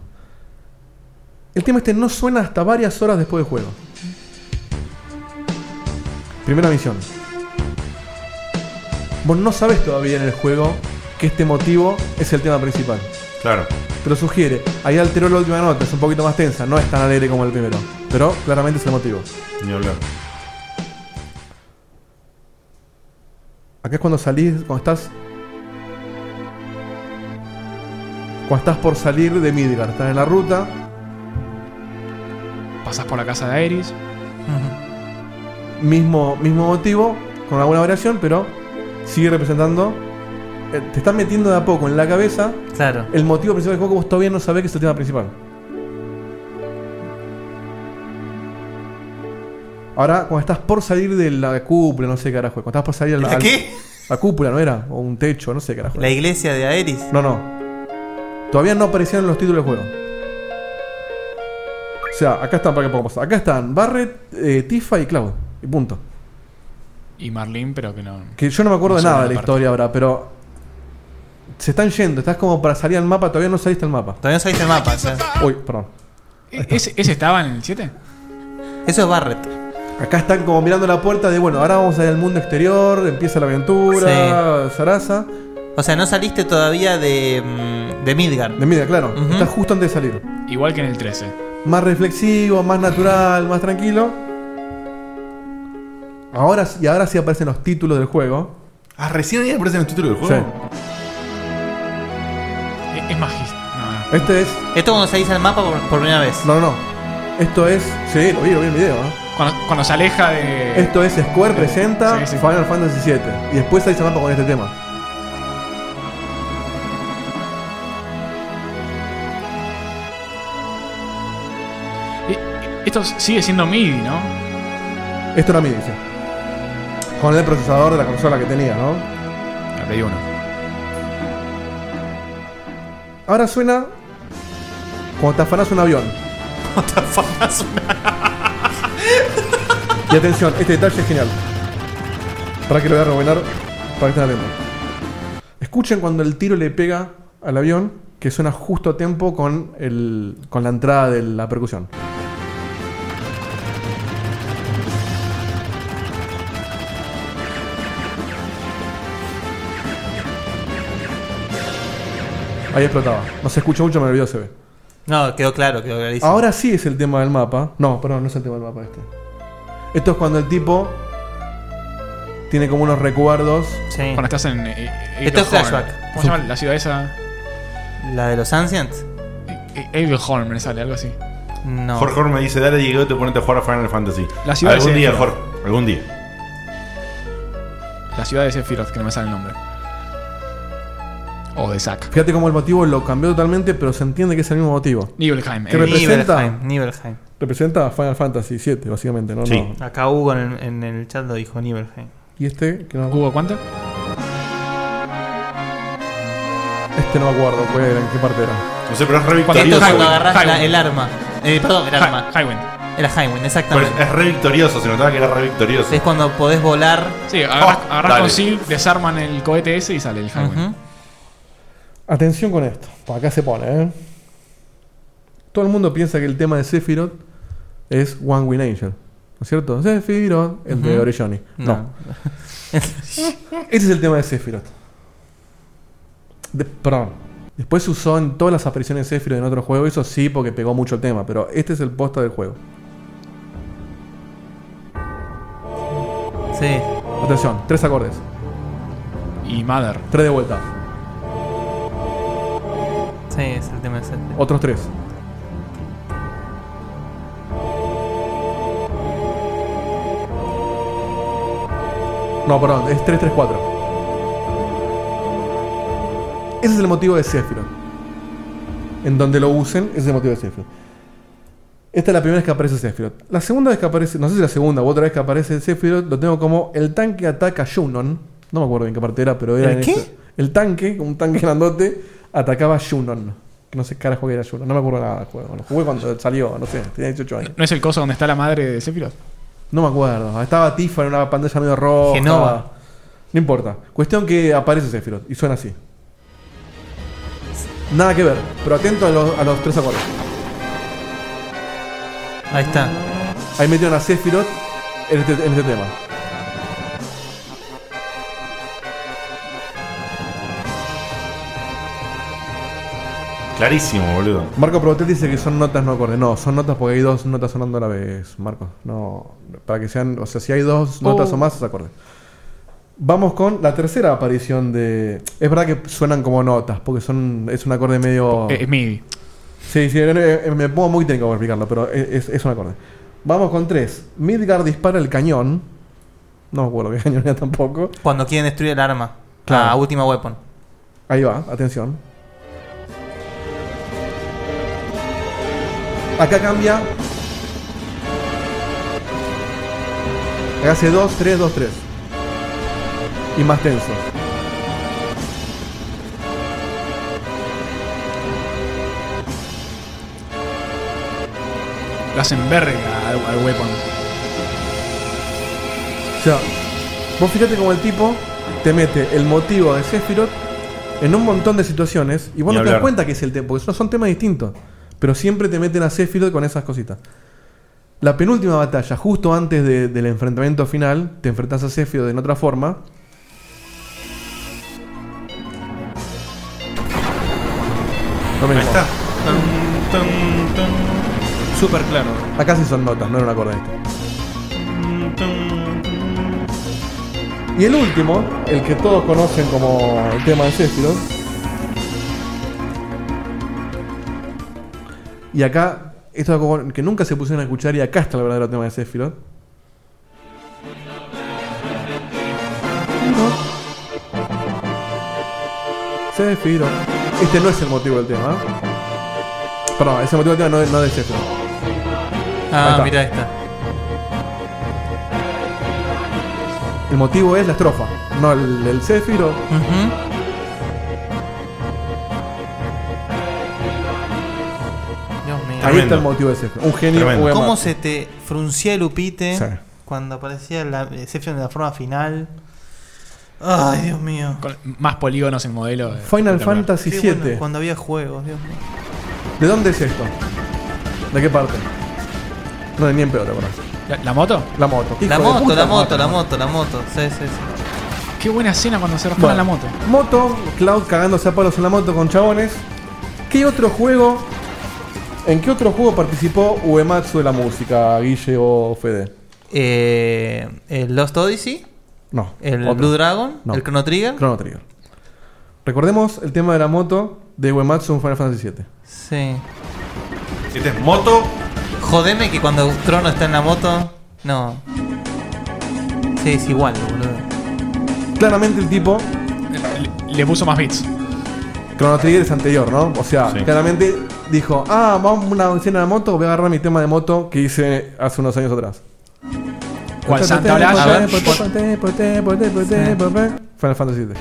Speaker 5: El tema este no suena hasta varias horas después del juego. Primera misión. Vos no sabes todavía en el juego que este motivo es el tema principal.
Speaker 2: Claro.
Speaker 5: Te lo sugiere. Ahí alteró la última nota, es un poquito más tensa, no es tan alegre como el primero. Pero claramente es el motivo.
Speaker 2: Ni hablar.
Speaker 5: Acá es cuando salís, cuando estás. Cuando estás por salir de Midgard, estás en la ruta,
Speaker 3: Pasás por la casa de Aeris.
Speaker 7: Ujú.
Speaker 5: mismo, mismo motivo, con alguna variación, pero sigue representando. eh, te están metiendo de a poco en la cabeza
Speaker 7: Claro.
Speaker 5: el motivo principal del juego que vos todavía no sabés que es el tema principal. Ahora, cuando estás por salir de la cúpula, no sé qué carajo, cuando estás por salir a
Speaker 7: ¿La
Speaker 5: la,
Speaker 7: qué?
Speaker 5: la cúpula, ¿no era? O un techo, no sé qué carajo.
Speaker 7: La iglesia de Aeris.
Speaker 5: No, no. Todavía no aparecieron los títulos del juego. O sea, acá están, para que poco pasa. Acá están Barret, eh, Tifa y Cloud. Y punto.
Speaker 3: Y Marlene, pero que no.
Speaker 5: Que yo no me acuerdo
Speaker 3: No
Speaker 5: de
Speaker 3: sé
Speaker 5: nada
Speaker 3: nada
Speaker 5: de la
Speaker 3: aparte.
Speaker 5: historia ahora, pero. Se están yendo, estás como para salir al mapa, todavía no saliste al mapa.
Speaker 7: Todavía no saliste el mapa. o sea.
Speaker 5: Uy, perdón.
Speaker 3: ¿Ese, ese estaba en el 7?
Speaker 7: Eso es Barrett.
Speaker 5: Acá están como mirando la puerta de bueno, ahora vamos a ir al mundo exterior, empieza la aventura, Sarasa.
Speaker 7: O sea, no saliste todavía de, mm, de Midgard.
Speaker 5: De mira, claro,
Speaker 7: Ujú.
Speaker 5: estás justo antes de salir.
Speaker 3: Igual que en el 13.
Speaker 5: más reflexivo, más natural, más tranquilo. Ahora, y ahora sí aparecen los títulos del juego.
Speaker 2: Ah, recién ahí aparecen los títulos del juego.
Speaker 3: Es, es magis- no, no.
Speaker 5: Este es.
Speaker 7: Esto cuando salís al mapa por, por primera vez.
Speaker 5: No, no, no. Esto es. Sí, lo vi, lo vi en video. ¿eh?
Speaker 3: Cuando, cuando se aleja de.
Speaker 5: Esto es Square presenta
Speaker 3: Sí, sí.
Speaker 5: Final Fantasy VII. Y después ahí se mapa con este tema.
Speaker 3: E- Esto sigue siendo MIDI, ¿no?
Speaker 5: Esto era mi dice. Con el procesador de la consola que tenía, ¿no?
Speaker 3: La Play 1.
Speaker 5: Ahora suena. Cuando te afanás un
Speaker 3: [laughs]
Speaker 5: avión. Y atención, este detalle es genial. Para que lo voy a rebobinar, para que estén atentos. Escuchen cuando el tiro le pega al avión, que suena justo a tiempo con, el, con la entrada de la percusión. Ahí explotaba. No se escucha mucho, pero el video se ve.
Speaker 7: No, quedó claro, quedó clarísimo.
Speaker 5: Ahora sí es el tema del mapa. No, perdón, no es el tema del mapa este. Esto es cuando el tipo tiene como unos recuerdos.
Speaker 7: Sí.
Speaker 3: Cuando estás en. eh, eh,
Speaker 7: Esto es
Speaker 3: Edelholm.
Speaker 7: flashback.
Speaker 3: ¿Cómo se llama la ciudad esa?
Speaker 7: ¿La de los Ancients?
Speaker 3: Eh, eh, Edelholm me sale, algo así.
Speaker 7: No.
Speaker 2: Jorge Jorge me dice, dale Diego, te ponete a jugar a Final Fantasy.
Speaker 3: La ciudad
Speaker 2: algún
Speaker 3: es
Speaker 2: día,
Speaker 3: esa.
Speaker 2: Jorge. Algún día.
Speaker 3: La ciudad de Sephiroth, que no me sale el nombre. O de Zack.
Speaker 5: Fíjate cómo el motivo lo cambió totalmente, pero se entiende que es el mismo motivo.
Speaker 3: Nibelheim.
Speaker 5: ¿Qué
Speaker 3: eh.
Speaker 5: representa?
Speaker 7: Nibelheim, Nibelheim.
Speaker 5: Representa a Final Fantasy VII, básicamente, ¿no?
Speaker 2: Sí.
Speaker 5: No.
Speaker 7: Acá Hugo en el, en el chat lo dijo, Nibelheim.
Speaker 5: Y este, que no,
Speaker 3: ¿Hubo cuánto?
Speaker 5: este no me acuerdo cuál era, en qué parte era.
Speaker 2: No sé, pero es re
Speaker 3: ¿Cuánto
Speaker 7: Esto
Speaker 2: victorioso.
Speaker 7: es cuando
Speaker 3: Highwind,
Speaker 7: agarras la-
Speaker 3: Highwind.
Speaker 7: el arma. Eh, perdón, el arma.
Speaker 3: Hi- Highwind.
Speaker 7: Era Highwind,
Speaker 2: Pero
Speaker 7: exactamente.
Speaker 2: es re victorioso, se notaba que era re victorioso.
Speaker 7: Es cuando podés volar.
Speaker 3: Sí, agarras,
Speaker 2: Oh,
Speaker 3: agarras
Speaker 2: dale.
Speaker 3: con Seal, desarman el cohete ese y sale el Highwind.
Speaker 7: Ujú.
Speaker 5: Atención con esto, por acá se pone, ¿eh? Todo el mundo piensa que el tema de Sephiroth es One Win Angel, ¿no es cierto? Sephiroth, el de
Speaker 7: Ujú.
Speaker 5: Orelloni. no. Ese es el tema de Sephiroth. De- perdón. Después se usó en todas las apariciones de Sephiroth en otro juego. Eso sí, porque pegó mucho el tema. Pero este es el posta del juego.
Speaker 7: Sí.
Speaker 5: Atención, tres acordes.
Speaker 3: Y Mother.
Speaker 5: Tres de vuelta.
Speaker 7: Sí, es el tema de ese.
Speaker 5: Otros tres. No, perdón, es 3-3-4. Ese es el motivo de Sephiroth. En donde lo usen, ese es el motivo de Sephiroth. Esta es la primera vez que aparece Sephiroth. La segunda vez que aparece, no sé si la segunda o otra vez que aparece Sephiroth, lo tengo como el tanque ataca Shunon. No me acuerdo bien qué parte era, pero era
Speaker 7: ¿El
Speaker 5: en
Speaker 7: qué?
Speaker 5: ese- el tanque, como un tanque grandote, atacaba Shunon. Que No sé qué carajo que era Shunon, no me acuerdo nada del juego. Lo jugué cuando salió, no sé, tenía 18 años.
Speaker 3: ¿No es el coso donde está la madre de Sephiroth?
Speaker 5: No me acuerdo. Estaba Tifa en una pantalla medio roja.
Speaker 7: Genova.
Speaker 5: No importa. Cuestión que aparece Sephiroth y suena así. Nada que ver, pero atento a los, a los tres acordes.
Speaker 7: Ahí está.
Speaker 5: Ahí metieron a Sephiroth en este, en este tema.
Speaker 2: Clarísimo, boludo.
Speaker 5: Marco Probotel dice que son notas no acordes. No, son notas porque hay dos notas sonando a la vez, Marco. No, para que sean, o sea, si hay dos notas
Speaker 3: Oh.
Speaker 5: o más, es acorde. Vamos con la tercera aparición de. Es verdad que suenan como notas, porque son es un acorde medio.
Speaker 3: Eh, es MIDI.
Speaker 5: Sí, sí, no, no, eh, me pongo muy técnico para explicarlo, pero es, es un acorde. Vamos con tres. Midgar dispara el cañón. No me acuerdo qué [laughs] cañón era tampoco.
Speaker 7: Cuando quieren destruir el arma.
Speaker 5: Claro.
Speaker 7: Ah, última weapon.
Speaker 5: Ahí va, atención. Acá cambia. Acá hace 2, 3, 2, 3. Y más tenso.
Speaker 3: Lo hacen verga al, al weapon.
Speaker 5: O sea, vos fíjate como el tipo te mete el motivo de Sephiroth en un montón de situaciones y vos
Speaker 2: Ni
Speaker 5: no te das
Speaker 2: hablar.
Speaker 5: cuenta que es el tema, porque son, son temas distintos. Pero siempre te meten a Sephiroth con esas cositas. La penúltima batalla, justo antes de- del enfrentamiento final, te enfrentas a Sephiroth en otra forma. No me
Speaker 2: Ahí
Speaker 5: importa.
Speaker 2: está. Tan, tan, tan,
Speaker 6: Súper claro.
Speaker 5: Acá sí son notas, no era un acorde este.
Speaker 2: tan, tan.
Speaker 5: Y el último, el que todos conocen como el tema de Sephiroth. Y acá, esto es algo que nunca se pusieron a escuchar y acá está el verdadero tema de Sephiroth. Sephiroth. Este no es el motivo del tema. ¿eh? Perdón, ese motivo del tema no es, no es de Sephiroth.
Speaker 7: Ah,
Speaker 5: está.
Speaker 7: mira, ahí está.
Speaker 5: El motivo es la estrofa, no el, el Sephiroth.
Speaker 7: Ujú. Dios mío.
Speaker 5: Ahí está
Speaker 2: Tremendo.
Speaker 5: el motivo de Sephiroth. Un genio.
Speaker 2: Tremendo.
Speaker 5: obviamente.
Speaker 7: ¿Cómo se te fruncía el upite
Speaker 5: Sí.
Speaker 7: cuando aparecía la excepción de la forma final? Ay, Dios mío.
Speaker 3: Con más polígonos en modelo. eh,
Speaker 5: Final
Speaker 3: espectacular.
Speaker 5: Fantasy
Speaker 7: Qué
Speaker 5: VII.
Speaker 7: bueno cuando había juegos, Dios mío.
Speaker 5: ¿De dónde es esto? ¿De qué parte? No, ni en peor, la verdad.
Speaker 3: ¿La, la moto?
Speaker 5: La moto.
Speaker 7: La
Speaker 5: Hijo de
Speaker 7: moto,
Speaker 5: puta,
Speaker 7: la moto, la moto, la moto. Sí, sí, sí.
Speaker 3: Qué buena escena cuando se
Speaker 5: Bueno,
Speaker 3: rasparon la moto.
Speaker 5: Moto, Cloud cagándose a palos en la moto con chabones. ¿Qué otro juego? ¿En qué otro juego participó Uematsu de la música, Guille o Fede?
Speaker 7: Eh, el Lost Odyssey,
Speaker 5: No.
Speaker 7: el
Speaker 5: otro.
Speaker 7: Blue Dragon,
Speaker 5: No.
Speaker 7: el Chrono Trigger.
Speaker 5: Chrono Trigger. Recordemos el tema de la moto de Uematsu en Final Fantasy VII.
Speaker 7: Sí.
Speaker 2: Este es moto.
Speaker 7: Jodeme que cuando Trono está en la moto. No. Sí, es igual, boludo.
Speaker 5: Claramente el tipo
Speaker 3: Le, le puso más
Speaker 5: [laughs]
Speaker 3: bits.
Speaker 5: Chrono Trigger es anterior, ¿no? O sea,
Speaker 2: Sí.
Speaker 5: claramente dijo, ah, vamos a una escena de moto, voy a agarrar mi tema de moto que hice hace unos años atrás.
Speaker 3: ¿Cuál Santa Blaya?
Speaker 5: Final Fantasy VII.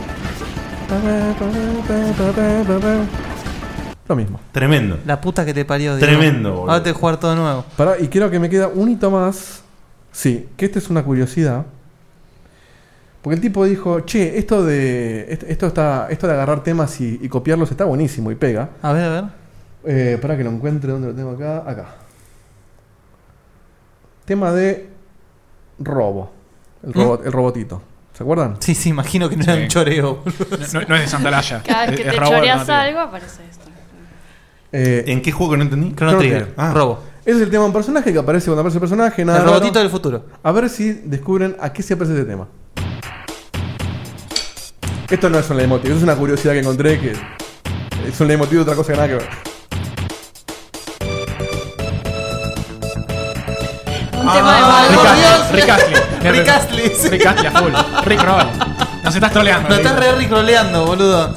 Speaker 5: Lo mismo.
Speaker 2: Tremendo.
Speaker 7: La puta que te parió, Diego.
Speaker 2: Tremendo, boludo.
Speaker 7: Ahora te jugar todo de nuevo.
Speaker 5: Pará, y creo que me queda un hito más. Sí, que esta es una curiosidad. Porque el tipo dijo, che, esto de, est- esto está, esto de agarrar temas y, y copiarlos está buenísimo y pega.
Speaker 7: A ver, a ver.
Speaker 5: Eh, para que lo encuentre, ¿dónde lo tengo acá? Acá. Tema de robo.
Speaker 7: ¿Mm?
Speaker 5: El, robot, el robotito. ¿Se acuerdan?
Speaker 7: Sí, sí, imagino que no era
Speaker 3: Sí.
Speaker 7: un choreo. boludo.
Speaker 3: No, no es de Santalaya.
Speaker 4: Cada vez que
Speaker 3: es
Speaker 4: te
Speaker 3: Raúl
Speaker 4: choreas
Speaker 3: Alternativo.
Speaker 4: algo aparece esto.
Speaker 5: Eh,
Speaker 2: ¿En qué juego que no entendí?
Speaker 7: Chrono
Speaker 5: Chrono
Speaker 7: Trigger.
Speaker 5: Trigger.
Speaker 2: Ah.
Speaker 7: Robo.
Speaker 5: ese es el tema de un personaje que aparece cuando aparece el personaje. Nada
Speaker 7: el
Speaker 5: raro.
Speaker 7: robotito del futuro.
Speaker 5: A ver si descubren a qué se parece este tema. Esto no es un leitmotiv, es una curiosidad que encontré que es un leitmotiv de otra cosa que nada que ver.
Speaker 4: Un
Speaker 5: Ah,
Speaker 4: tema de Balbo.
Speaker 7: Dios!
Speaker 3: Rick Astley.
Speaker 7: [laughs] Rick Astley, sí.
Speaker 3: Rick Astley a full. Rick Roll. Nos estás troleando.
Speaker 7: Lo estás re ricroleando, boludo.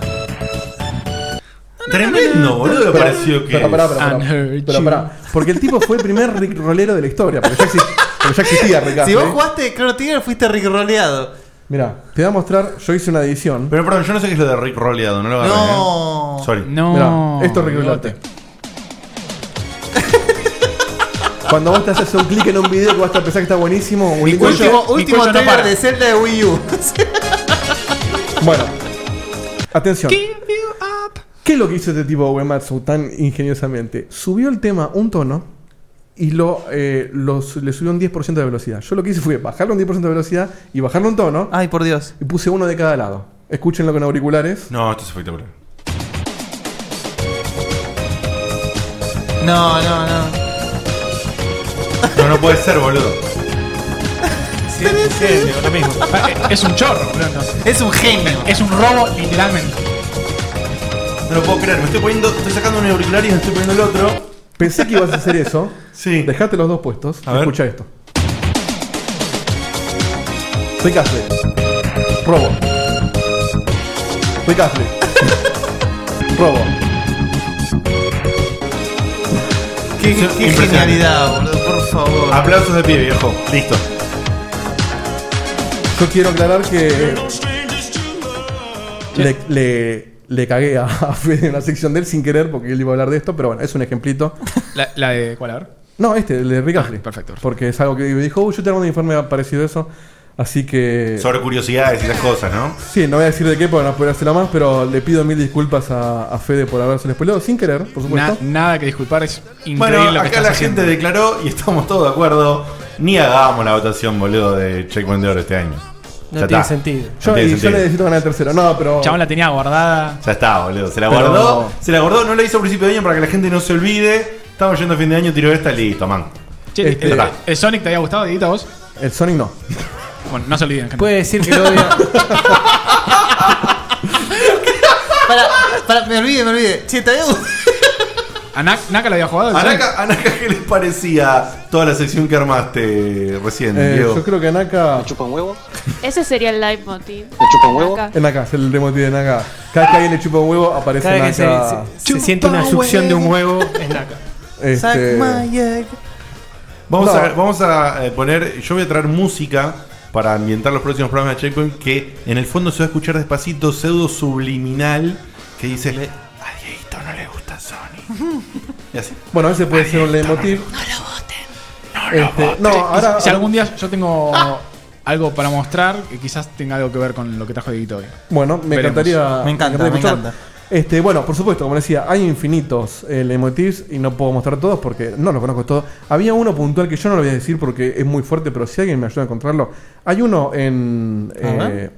Speaker 2: Tremendo, boludo, lo parecido que.
Speaker 5: Pero pará,
Speaker 2: es.
Speaker 5: pará, pará.
Speaker 3: Unheard
Speaker 5: Pero
Speaker 3: you.
Speaker 5: pará, porque el tipo fue el primer Rick rolero de la historia, porque ya, exi- porque ya existía Rick
Speaker 7: [laughs] Si
Speaker 5: Astley.
Speaker 7: vos jugaste Chrono Trigger, fuiste ricroleado.
Speaker 5: Mirá, te voy a mostrar, yo hice una edición.
Speaker 2: Pero perdón, yo no sé qué es lo de Rick Roleado, no lo
Speaker 5: Ah,
Speaker 2: agarré.
Speaker 7: No.
Speaker 2: ¿eh? Sorry.
Speaker 3: No.
Speaker 5: Mirá, esto es Rick Rolarte. [laughs] Cuando vos te haces un clic en un video que vas a pensar que está buenísimo, un link-
Speaker 3: cuello-
Speaker 7: Último,
Speaker 3: mi
Speaker 7: último
Speaker 3: cuello no
Speaker 7: trailer
Speaker 3: para.
Speaker 7: de Zelda de Wii U.
Speaker 5: Bueno, atención. ¿Qué es lo que hizo este tipo Uematsu tan ingeniosamente? Subió el tema un tono y lo, eh, lo su- le subió un 10% de velocidad. Yo lo que hice fue bajarle un 10% de velocidad y bajarle un tono
Speaker 7: [laughs] Ay, por Dios.
Speaker 5: y puse uno de cada lado. Escúchenlo con auriculares.
Speaker 2: No, esto es espectacular.
Speaker 7: No, no, no.
Speaker 2: No, no puede ser, boludo.
Speaker 3: Lo mismo. Ah, eh, Es un chorro, boludo, no sé.
Speaker 7: Es un genio.
Speaker 3: Es un robo, literalmente.
Speaker 2: No lo puedo creer. Me estoy poniendo, estoy sacando un auricular y me estoy poniendo el otro.
Speaker 5: Pensé que ibas a hacer eso.
Speaker 2: Sí.
Speaker 5: Dejate los dos puestos.
Speaker 2: A ver.
Speaker 5: Escucha esto. Rick Astley. Robo.
Speaker 2: [laughs]
Speaker 5: Rick Astley. Robo.
Speaker 7: Qué, qué
Speaker 2: Impresionante. Ah,
Speaker 7: genialidad, boludo, por favor.
Speaker 2: Aplausos de pie, viejo. Listo.
Speaker 5: Yo quiero aclarar que eh, le, le, le cagué a [laughs] a Fede en una sección de él sin querer porque él iba a hablar de esto, pero bueno, es un ejemplito.
Speaker 3: La, la de. ¿Cuál a ver?
Speaker 5: No, este, el de
Speaker 2: Ah,
Speaker 5: Rick Astley.
Speaker 3: perfecto.
Speaker 5: Porque es algo que dijo, "Uy, yo tengo un informe parecido a eso. Así que...
Speaker 2: Sobre curiosidades y esas cosas, ¿no?
Speaker 5: Sí, no voy a decir de qué para no hacerlo más, pero le pido mil disculpas a, a Fede por haberse spoileado sin querer, por
Speaker 3: Na-
Speaker 5: supuesto.
Speaker 3: nada que disculpar, es increíble
Speaker 2: Bueno,
Speaker 3: lo que
Speaker 2: acá
Speaker 3: estás
Speaker 2: la
Speaker 3: haciendo.
Speaker 2: gente declaró y estamos todos de acuerdo. Ni hagamos la votación, boludo, de Checkpoint de Oro este año.
Speaker 6: No
Speaker 2: Ya
Speaker 6: tiene
Speaker 2: está.
Speaker 6: sentido.
Speaker 2: No
Speaker 5: yo,
Speaker 2: tiene
Speaker 5: y yo
Speaker 2: sentido.
Speaker 5: necesito ganar el tercero. No, pero.
Speaker 3: Chabón la tenía guardada.
Speaker 2: Ya está, boludo. Se la
Speaker 5: Pero-
Speaker 2: guardó, se la guardó, no la hizo a principio de año para que la gente no se olvide. Estamos yendo a fin de año, tiró esta, listo, man.
Speaker 3: Che,
Speaker 5: Este-
Speaker 3: el, el Sonic te había gustado, Didita, vos?
Speaker 5: El Sonic no.
Speaker 3: Bueno, no se olviden, gente.
Speaker 6: Puede decir que lo odia.
Speaker 7: [laughs] Para, para, me olvide, me olvide. Che, te había gustado.
Speaker 3: ¿A Nak- Naka lo había jugado? el Sonic?
Speaker 2: Anaka, Anaka, ¿qué les parecía toda la sección que armaste recién,
Speaker 5: Eh,
Speaker 2: Diego?
Speaker 5: yo creo que Naka.
Speaker 4: Ese sería el leitmotiv. Acá.
Speaker 5: En Naka, es el emotivo de Naka. Cada que alguien le chupa un huevo, aparece
Speaker 6: Cada vez que se,
Speaker 5: Naka.
Speaker 6: se- se siente una succión de un huevo, es Naka.
Speaker 5: Este,
Speaker 7: Suck my egg.
Speaker 2: Vamos,
Speaker 5: No.
Speaker 2: a, vamos a eh, poner, yo voy a traer música para ambientar los próximos programas de Checkpoint que en el fondo se va a escuchar despacito pseudo subliminal que dice a Dieguito no le gusta
Speaker 5: [laughs]
Speaker 2: Sony. y así.
Speaker 5: Bueno, ese puede ser un leitmotiv. Este, no, ahora.
Speaker 3: Si algún día yo tengo algo para mostrar, que quizás tenga algo que ver con lo que trajo Didito hoy.
Speaker 5: Bueno, me
Speaker 3: Veremos.
Speaker 5: encantaría.
Speaker 7: Me encanta,
Speaker 5: encantaría
Speaker 7: me
Speaker 5: escucharlo.
Speaker 7: encanta.
Speaker 5: Este, bueno, por supuesto, como decía, hay infinitos eh, emotivos y no puedo mostrar todos porque no los conozco todos. Había uno puntual que yo no lo voy a decir porque es muy fuerte, pero si alguien me ayuda a encontrarlo. Hay uno en.
Speaker 7: A
Speaker 5: Eh,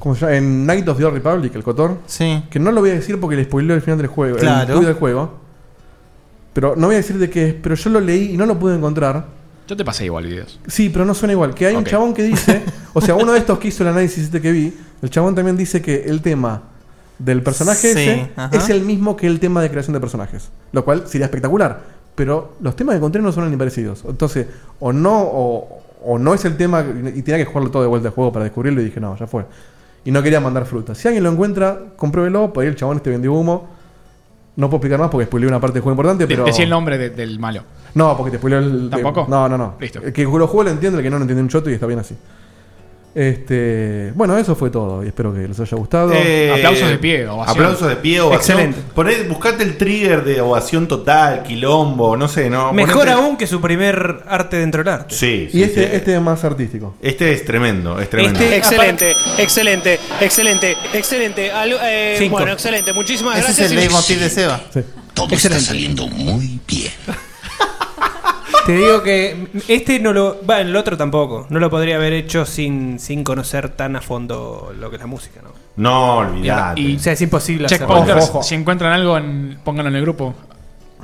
Speaker 5: ¿Cómo se llama? En Night of the Old Republic, el Cotor.
Speaker 7: Sí.
Speaker 5: Que no lo voy a decir porque le spoileo el final del juego. el
Speaker 7: Claro.
Speaker 5: tuyo del juego. Pero no voy a decir de qué es, pero yo lo leí y no lo pude encontrar.
Speaker 3: Yo te pasé igual videos.
Speaker 5: Sí, pero no suena igual. Que hay un
Speaker 3: Ok.
Speaker 5: chabón que
Speaker 7: [laughs]
Speaker 5: dice, o sea, uno de estos que hizo el análisis este que vi, el chabón también dice que el tema del personaje
Speaker 7: Sí,
Speaker 5: ese
Speaker 7: ajá.
Speaker 5: es el mismo que el tema de creación de personajes, lo cual sería espectacular. Pero los temas que encontré no son ni parecidos. Entonces, o no, o, o no es el tema y tenía que jugarlo todo de vuelta al juego para descubrirlo y dije, no, ya fue. Y no quería mandar fruta. Si alguien lo encuentra, compruébelo, por ahí el chabón este vendió humo. No puedo explicar más porque spoileé una parte del juego importante,
Speaker 3: De-
Speaker 5: pero.
Speaker 3: Decí el nombre de- del malo.
Speaker 5: No, porque te spoiló el.
Speaker 3: ¿Tampoco?
Speaker 5: No, no, no.
Speaker 3: Listo.
Speaker 5: El que lo juega lo entiende, el que no lo entiende un choto y está bien así. Este, bueno, eso fue todo. Y espero que les haya gustado.
Speaker 2: Eh,
Speaker 3: Aplausos de pie, ovación.
Speaker 2: Aplausos de pie, ovación.
Speaker 6: Excelente.
Speaker 2: Poné- buscate el trigger de ovación total, quilombo, no sé, ¿no?
Speaker 6: Mejor
Speaker 2: Ponete-
Speaker 6: aún que su primer arte dentro del arte.
Speaker 2: Sí, sí,
Speaker 5: y este,
Speaker 2: sí.
Speaker 5: este es más artístico.
Speaker 2: Este es tremendo, es tremendo.
Speaker 9: Este,
Speaker 6: Excelente,
Speaker 9: excelente, excelente, excelente, excelente. eh,
Speaker 6: Cinco. bueno,
Speaker 9: bueno, excelente. Muchísimas
Speaker 7: Ese es
Speaker 9: gracias.
Speaker 7: el leitmotiv de Seba.
Speaker 5: Sí.
Speaker 10: Todo
Speaker 6: Excelente.
Speaker 10: está saliendo muy bien.
Speaker 6: Te digo que este no lo. Va, el otro tampoco. No lo podría haber hecho sin, sin conocer tan a fondo lo que es la música, ¿no?
Speaker 2: No, olvidate.
Speaker 3: Y-
Speaker 6: O sea, es imposible hacerlo.
Speaker 3: Checkpointers,
Speaker 5: Ojo, ojo.
Speaker 3: si encuentran algo, en- pónganlo en el grupo.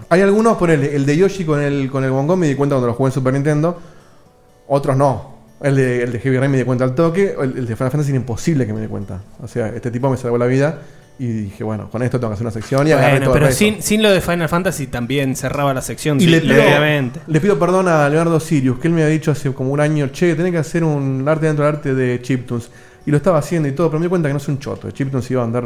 Speaker 5: Hay algunos, ponele, el de Yoshi con el, con el Bongo me di cuenta cuando lo jugué en Super Nintendo. Otros no. El de, el de Heavy Rain me di cuenta al toque. El, el de Final Fantasy era imposible que me di cuenta. O sea, este tipo me salvó la vida. Y dije, bueno, con esto tengo que hacer una sección y agarré
Speaker 6: Bueno,
Speaker 5: todo el
Speaker 6: pero
Speaker 5: resto.
Speaker 6: sin, sin lo de Final Fantasy también cerraba la sección.
Speaker 5: Y
Speaker 6: sí,
Speaker 5: le pido,
Speaker 6: obviamente.
Speaker 5: le pido perdón a Leonardo Sirius, que él me había dicho hace como un año, che, tenés que hacer un arte dentro del arte de Chiptunes. Y lo estaba haciendo y todo, pero me di cuenta que no es un choto. De Chiptunes iba a andar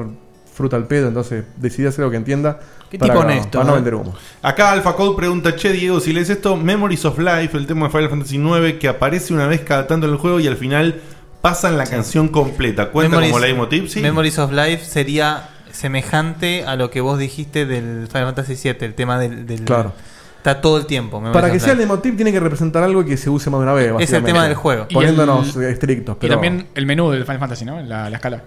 Speaker 5: fruta al pedo, entonces decidí hacer lo que entienda.
Speaker 6: Qué
Speaker 5: para
Speaker 6: tipo
Speaker 5: no-
Speaker 6: honesto,
Speaker 5: Para no
Speaker 6: ¿eh?
Speaker 5: vender humo.
Speaker 2: Acá Alpha Code pregunta, che Diego, si lees esto, Memories of Life, el tema de Final Fantasy IX, que aparece una vez cada tanto en el juego y al final pasan la canción completa. ¿Cuenta como leitmotiv? Sí.
Speaker 7: Memories of Life sería semejante a lo que vos dijiste del Final Fantasy VII, el tema del. del-
Speaker 5: Claro.
Speaker 7: Está todo el tiempo. Memories
Speaker 5: Para
Speaker 7: of
Speaker 5: que sea el
Speaker 7: Life.
Speaker 5: emotiv tiene que representar algo que se use más de una vez.
Speaker 7: el
Speaker 5: básicamente.
Speaker 7: tema del juego.
Speaker 3: Y
Speaker 5: Poniéndonos
Speaker 3: el-
Speaker 5: estrictos.
Speaker 3: Y
Speaker 5: Pero...
Speaker 3: también el menú del Final Fantasy, ¿no? La, la escala.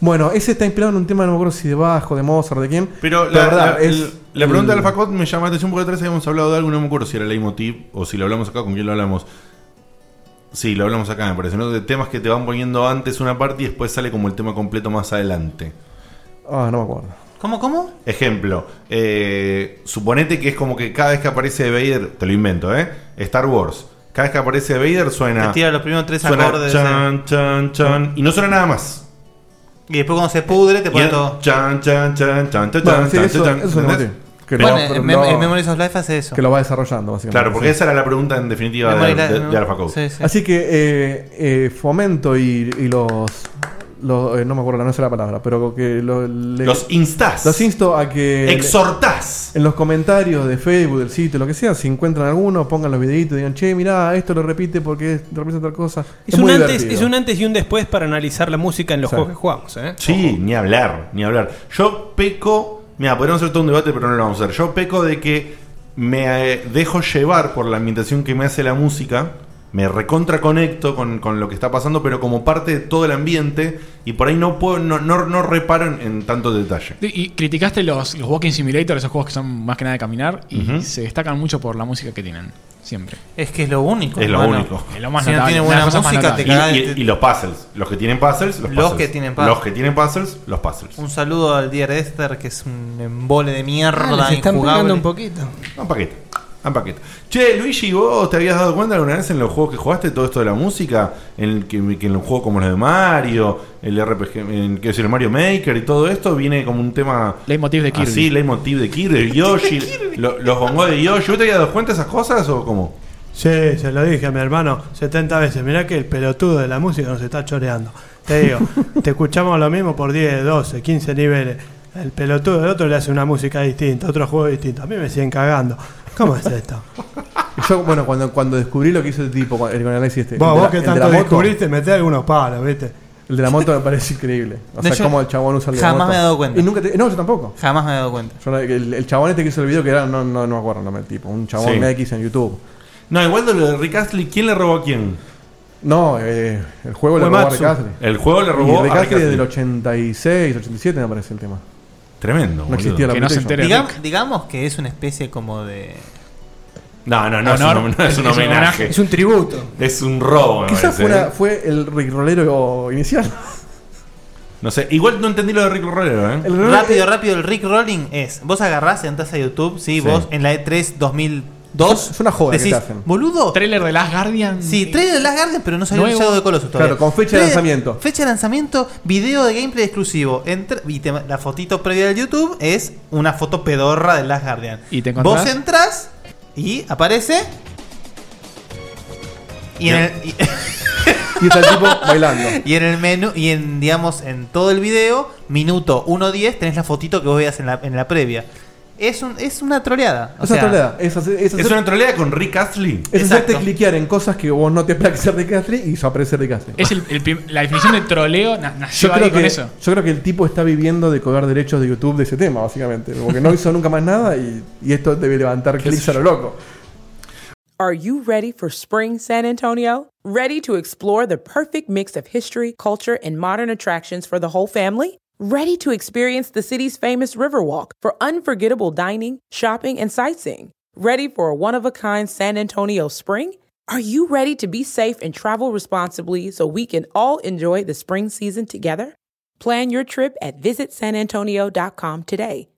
Speaker 5: Bueno, ese está inspirado en un tema, no me acuerdo si de Bajo, de Mozart, de quién.
Speaker 2: Pero la,
Speaker 5: verdad
Speaker 2: la-
Speaker 5: es-
Speaker 2: la pregunta
Speaker 5: el-
Speaker 2: de Alpha Code me llama la atención porque otra vez habíamos hablado de algo, no me acuerdo si era leitmotiv o si lo hablamos acá, con quién lo hablamos. Sí, lo hablamos acá, me parece, ¿no? De temas que te van poniendo antes una parte y después sale como el tema completo más adelante.
Speaker 5: Ah, no me acuerdo.
Speaker 7: ¿Cómo, cómo?
Speaker 2: Ejemplo, eh, suponete que es como que cada vez que aparece Vader, te lo invento, ¿eh? Star Wars. Cada vez que aparece Vader suena.
Speaker 7: Te tira los primeros tres
Speaker 2: suena
Speaker 7: acordes. eh,
Speaker 2: chan, chan, chan, y no suena nada más.
Speaker 7: Y después cuando se pudre te
Speaker 2: Y
Speaker 7: pone
Speaker 2: es
Speaker 7: todo.
Speaker 2: chan, chan, chan, chan, chan, chan,
Speaker 5: Bueno, sí,
Speaker 2: chan,
Speaker 5: eso,
Speaker 2: chan,
Speaker 5: eso es un
Speaker 2: ¿entendés?
Speaker 5: emotiv. Que,
Speaker 7: Bueno,
Speaker 5: lo-
Speaker 7: en,
Speaker 5: lo-
Speaker 7: Mem- en Memories of Life hace eso.
Speaker 5: que lo va desarrollando, básicamente.
Speaker 2: Claro, porque
Speaker 5: Sí.
Speaker 2: esa era la pregunta en definitiva de,
Speaker 7: Memories
Speaker 2: de,
Speaker 7: Life-
Speaker 2: de AlphaCode.
Speaker 7: Sí, sí.
Speaker 5: Así que eh, eh, fomento y, y los. los- eh, no me acuerdo, no sé la palabra, pero que lo- le-
Speaker 2: Los instás.
Speaker 5: los insto a que.
Speaker 2: Exhortás.
Speaker 5: En los comentarios de Facebook, del sitio, lo que sea, si encuentran alguno, pongan los videitos, digan, che, mirá, esto lo repite porque es- representa tal cosa.
Speaker 6: Es, un
Speaker 5: muy
Speaker 6: antes,
Speaker 5: divertido.
Speaker 6: es un antes y un después para analizar la música en los
Speaker 5: Sí.
Speaker 6: juegos que jugamos, ¿eh?
Speaker 2: Sí, ni hablar, ni hablar. Yo peco. Mira, podríamos hacer todo un debate, pero no lo vamos a hacer. Yo peco de que me eh, dejo llevar por la ambientación que me hace la música. Me recontraconecto con, con lo que está pasando, pero como parte de todo el ambiente. Y por ahí no puedo, no, no, no reparo en, en tanto detalle.
Speaker 3: Y criticaste los, los Walking Simulator, esos juegos que son más que nada de caminar, y
Speaker 2: Ujú.
Speaker 3: se destacan mucho por la música que tienen. Siempre.
Speaker 7: Es que es lo único.
Speaker 2: Es lo
Speaker 7: hermano.
Speaker 2: único.
Speaker 3: Es lo más
Speaker 7: Si no
Speaker 3: notable,
Speaker 7: tiene
Speaker 3: una
Speaker 7: buena
Speaker 3: de las cosas más
Speaker 7: música,
Speaker 3: notables.
Speaker 2: Y, y- y los puzzles. Los que tienen puzzles, los puzzles.
Speaker 7: este Los que tienen puzzles.
Speaker 2: Los que tienen puzzles, los puzzles.
Speaker 7: Un saludo al Dear Esther, que es un embole de
Speaker 6: Ah,
Speaker 7: mierda.
Speaker 6: les están
Speaker 7: injugable.
Speaker 6: pegando un poquito.
Speaker 2: Un paquete. Un paquete. Che, Luigi, ¿vos te habías dado cuenta alguna vez en los juegos que jugaste todo esto de la música? En el que, que en los juegos como los de Mario, el RPG, en, quiero decir, el Mario Maker y todo esto viene como un tema.
Speaker 3: Leitmotiv de Kirby.
Speaker 2: Así, leitmotiv de Kirby, de Yoshi, lo- los bongos de Yoshi. ¿Vos te habías dado cuenta de esas cosas o cómo?
Speaker 9: Sí, se lo dije a mi hermano 70 veces. Mirá que el pelotudo de la música nos está choreando.
Speaker 5: [laughs]
Speaker 9: Te digo, te escuchamos lo mismo por 10, 12, 15 niveles. El pelotudo del otro le hace una música distinta, otro juego distinto. A mí me siguen cagando. ¿Cómo
Speaker 5: [laughs]
Speaker 9: es esto?
Speaker 5: Yo, bueno, cuando, cuando descubrí lo que hizo el tipo con el, con el análisis este.
Speaker 9: vos,
Speaker 5: el de la-
Speaker 9: vos que
Speaker 5: el de la
Speaker 9: tanto
Speaker 5: moto,
Speaker 9: descubriste, meté algunos palos, ¿viste?
Speaker 5: El de la moto me parece increíble. O
Speaker 7: No,
Speaker 5: sea,
Speaker 7: yo
Speaker 5: cómo el chabón usa el de la
Speaker 7: jamás
Speaker 5: moto.
Speaker 7: me he dado cuenta.
Speaker 5: Y nunca te- no, yo tampoco.
Speaker 7: Jamás me he dado cuenta.
Speaker 5: Yo no- el, el chabón este que hizo el video, que era, no, no, no me acuerdo el nombre del tipo, un chabón
Speaker 2: Sí.
Speaker 5: X en YouTube.
Speaker 2: No, igual de lo de Rick Astley, ¿quién le robó a quién?
Speaker 5: No, eh, el juego lo robó a
Speaker 9: Uematsu.
Speaker 5: Rick Astley.
Speaker 2: El juego le
Speaker 5: Y
Speaker 2: robó
Speaker 5: Rick
Speaker 2: a Rick
Speaker 5: Astley desde el
Speaker 2: Astley.
Speaker 5: 86, 87 me parece el tema.
Speaker 2: Tremendo,
Speaker 5: No existía
Speaker 2: boludo.
Speaker 5: la
Speaker 3: Que no se
Speaker 5: PlayStation.
Speaker 3: entere.
Speaker 7: Digam-
Speaker 3: Rick.
Speaker 7: digamos que es una especie como de.
Speaker 2: No, no, no, es
Speaker 3: Honor.
Speaker 2: un, no es un
Speaker 3: Es un
Speaker 2: homenaje.
Speaker 6: Es un tributo.
Speaker 2: Es un robo, me
Speaker 5: Quizás
Speaker 2: parece,
Speaker 5: fue,
Speaker 2: ¿eh?
Speaker 5: una- fue el Rick Rolero inicial.
Speaker 2: No sé, igual no entendí lo de Rick Rolero, ¿eh?
Speaker 5: El Rolero-
Speaker 7: Rápido, rápido, el Rick Rolling es. Vos agarrás, entras a YouTube,
Speaker 2: Sí.
Speaker 7: sí, vos en la E E3 2002.
Speaker 5: Es una joda que
Speaker 7: decís,
Speaker 5: te hacen.
Speaker 7: Boludo.
Speaker 3: Trailer de Last Guardian.
Speaker 7: Oh. Sí, trailer de Last Guardian, pero no salió el
Speaker 3: Nuevo.
Speaker 7: Shadow de Colossus todavía.
Speaker 5: Claro, con fecha de
Speaker 7: Trailer-
Speaker 5: lanzamiento.
Speaker 7: Fecha de lanzamiento, video de gameplay exclusivo. Entra- y te- la fotito previa del YouTube es una foto pedorra de Last Guardian.
Speaker 3: Y te encontrás-
Speaker 7: Vos entras y aparece. Y en, el, y-
Speaker 5: Y está el tipo
Speaker 7: [laughs]
Speaker 5: bailando.
Speaker 7: y en el menú, y en, digamos, en todo el video, minuto 1.10, tenés la fotito que vos veías en la, en la previa. Es, un, es una troleada. O
Speaker 5: Es una
Speaker 7: sea,
Speaker 5: troleada. Es, hacer- es hacer-
Speaker 2: ¿Es una trolea con Rick Astley?
Speaker 5: es hacerte
Speaker 7: Exacto.
Speaker 5: cliquear en cosas que vos no te esperas que sea Rick Astley y desaparece Rick Astley.
Speaker 3: Es el- el prim- la definición de troleo na- nació
Speaker 5: Yo
Speaker 3: ahí
Speaker 5: creo,
Speaker 3: con
Speaker 5: que,
Speaker 3: eso.
Speaker 5: yo creo que el tipo está viviendo de cobrar derechos de YouTube de ese tema, básicamente. Porque no hizo nunca más nada y, y esto debe
Speaker 3: [laughs]
Speaker 5: levantar clics a lo loco.
Speaker 9: Are you ready for spring, San Antonio? Ready to explore the perfect mix of history, culture, and modern attractions for the whole family? Ready to experience the city's famous Riverwalk for unforgettable dining, shopping, and sightseeing? Ready for a one of a kind San Antonio spring? Are you ready to be safe and travel responsibly so we can all enjoy the spring season together? Plan your trip at visitsanantonio.com today.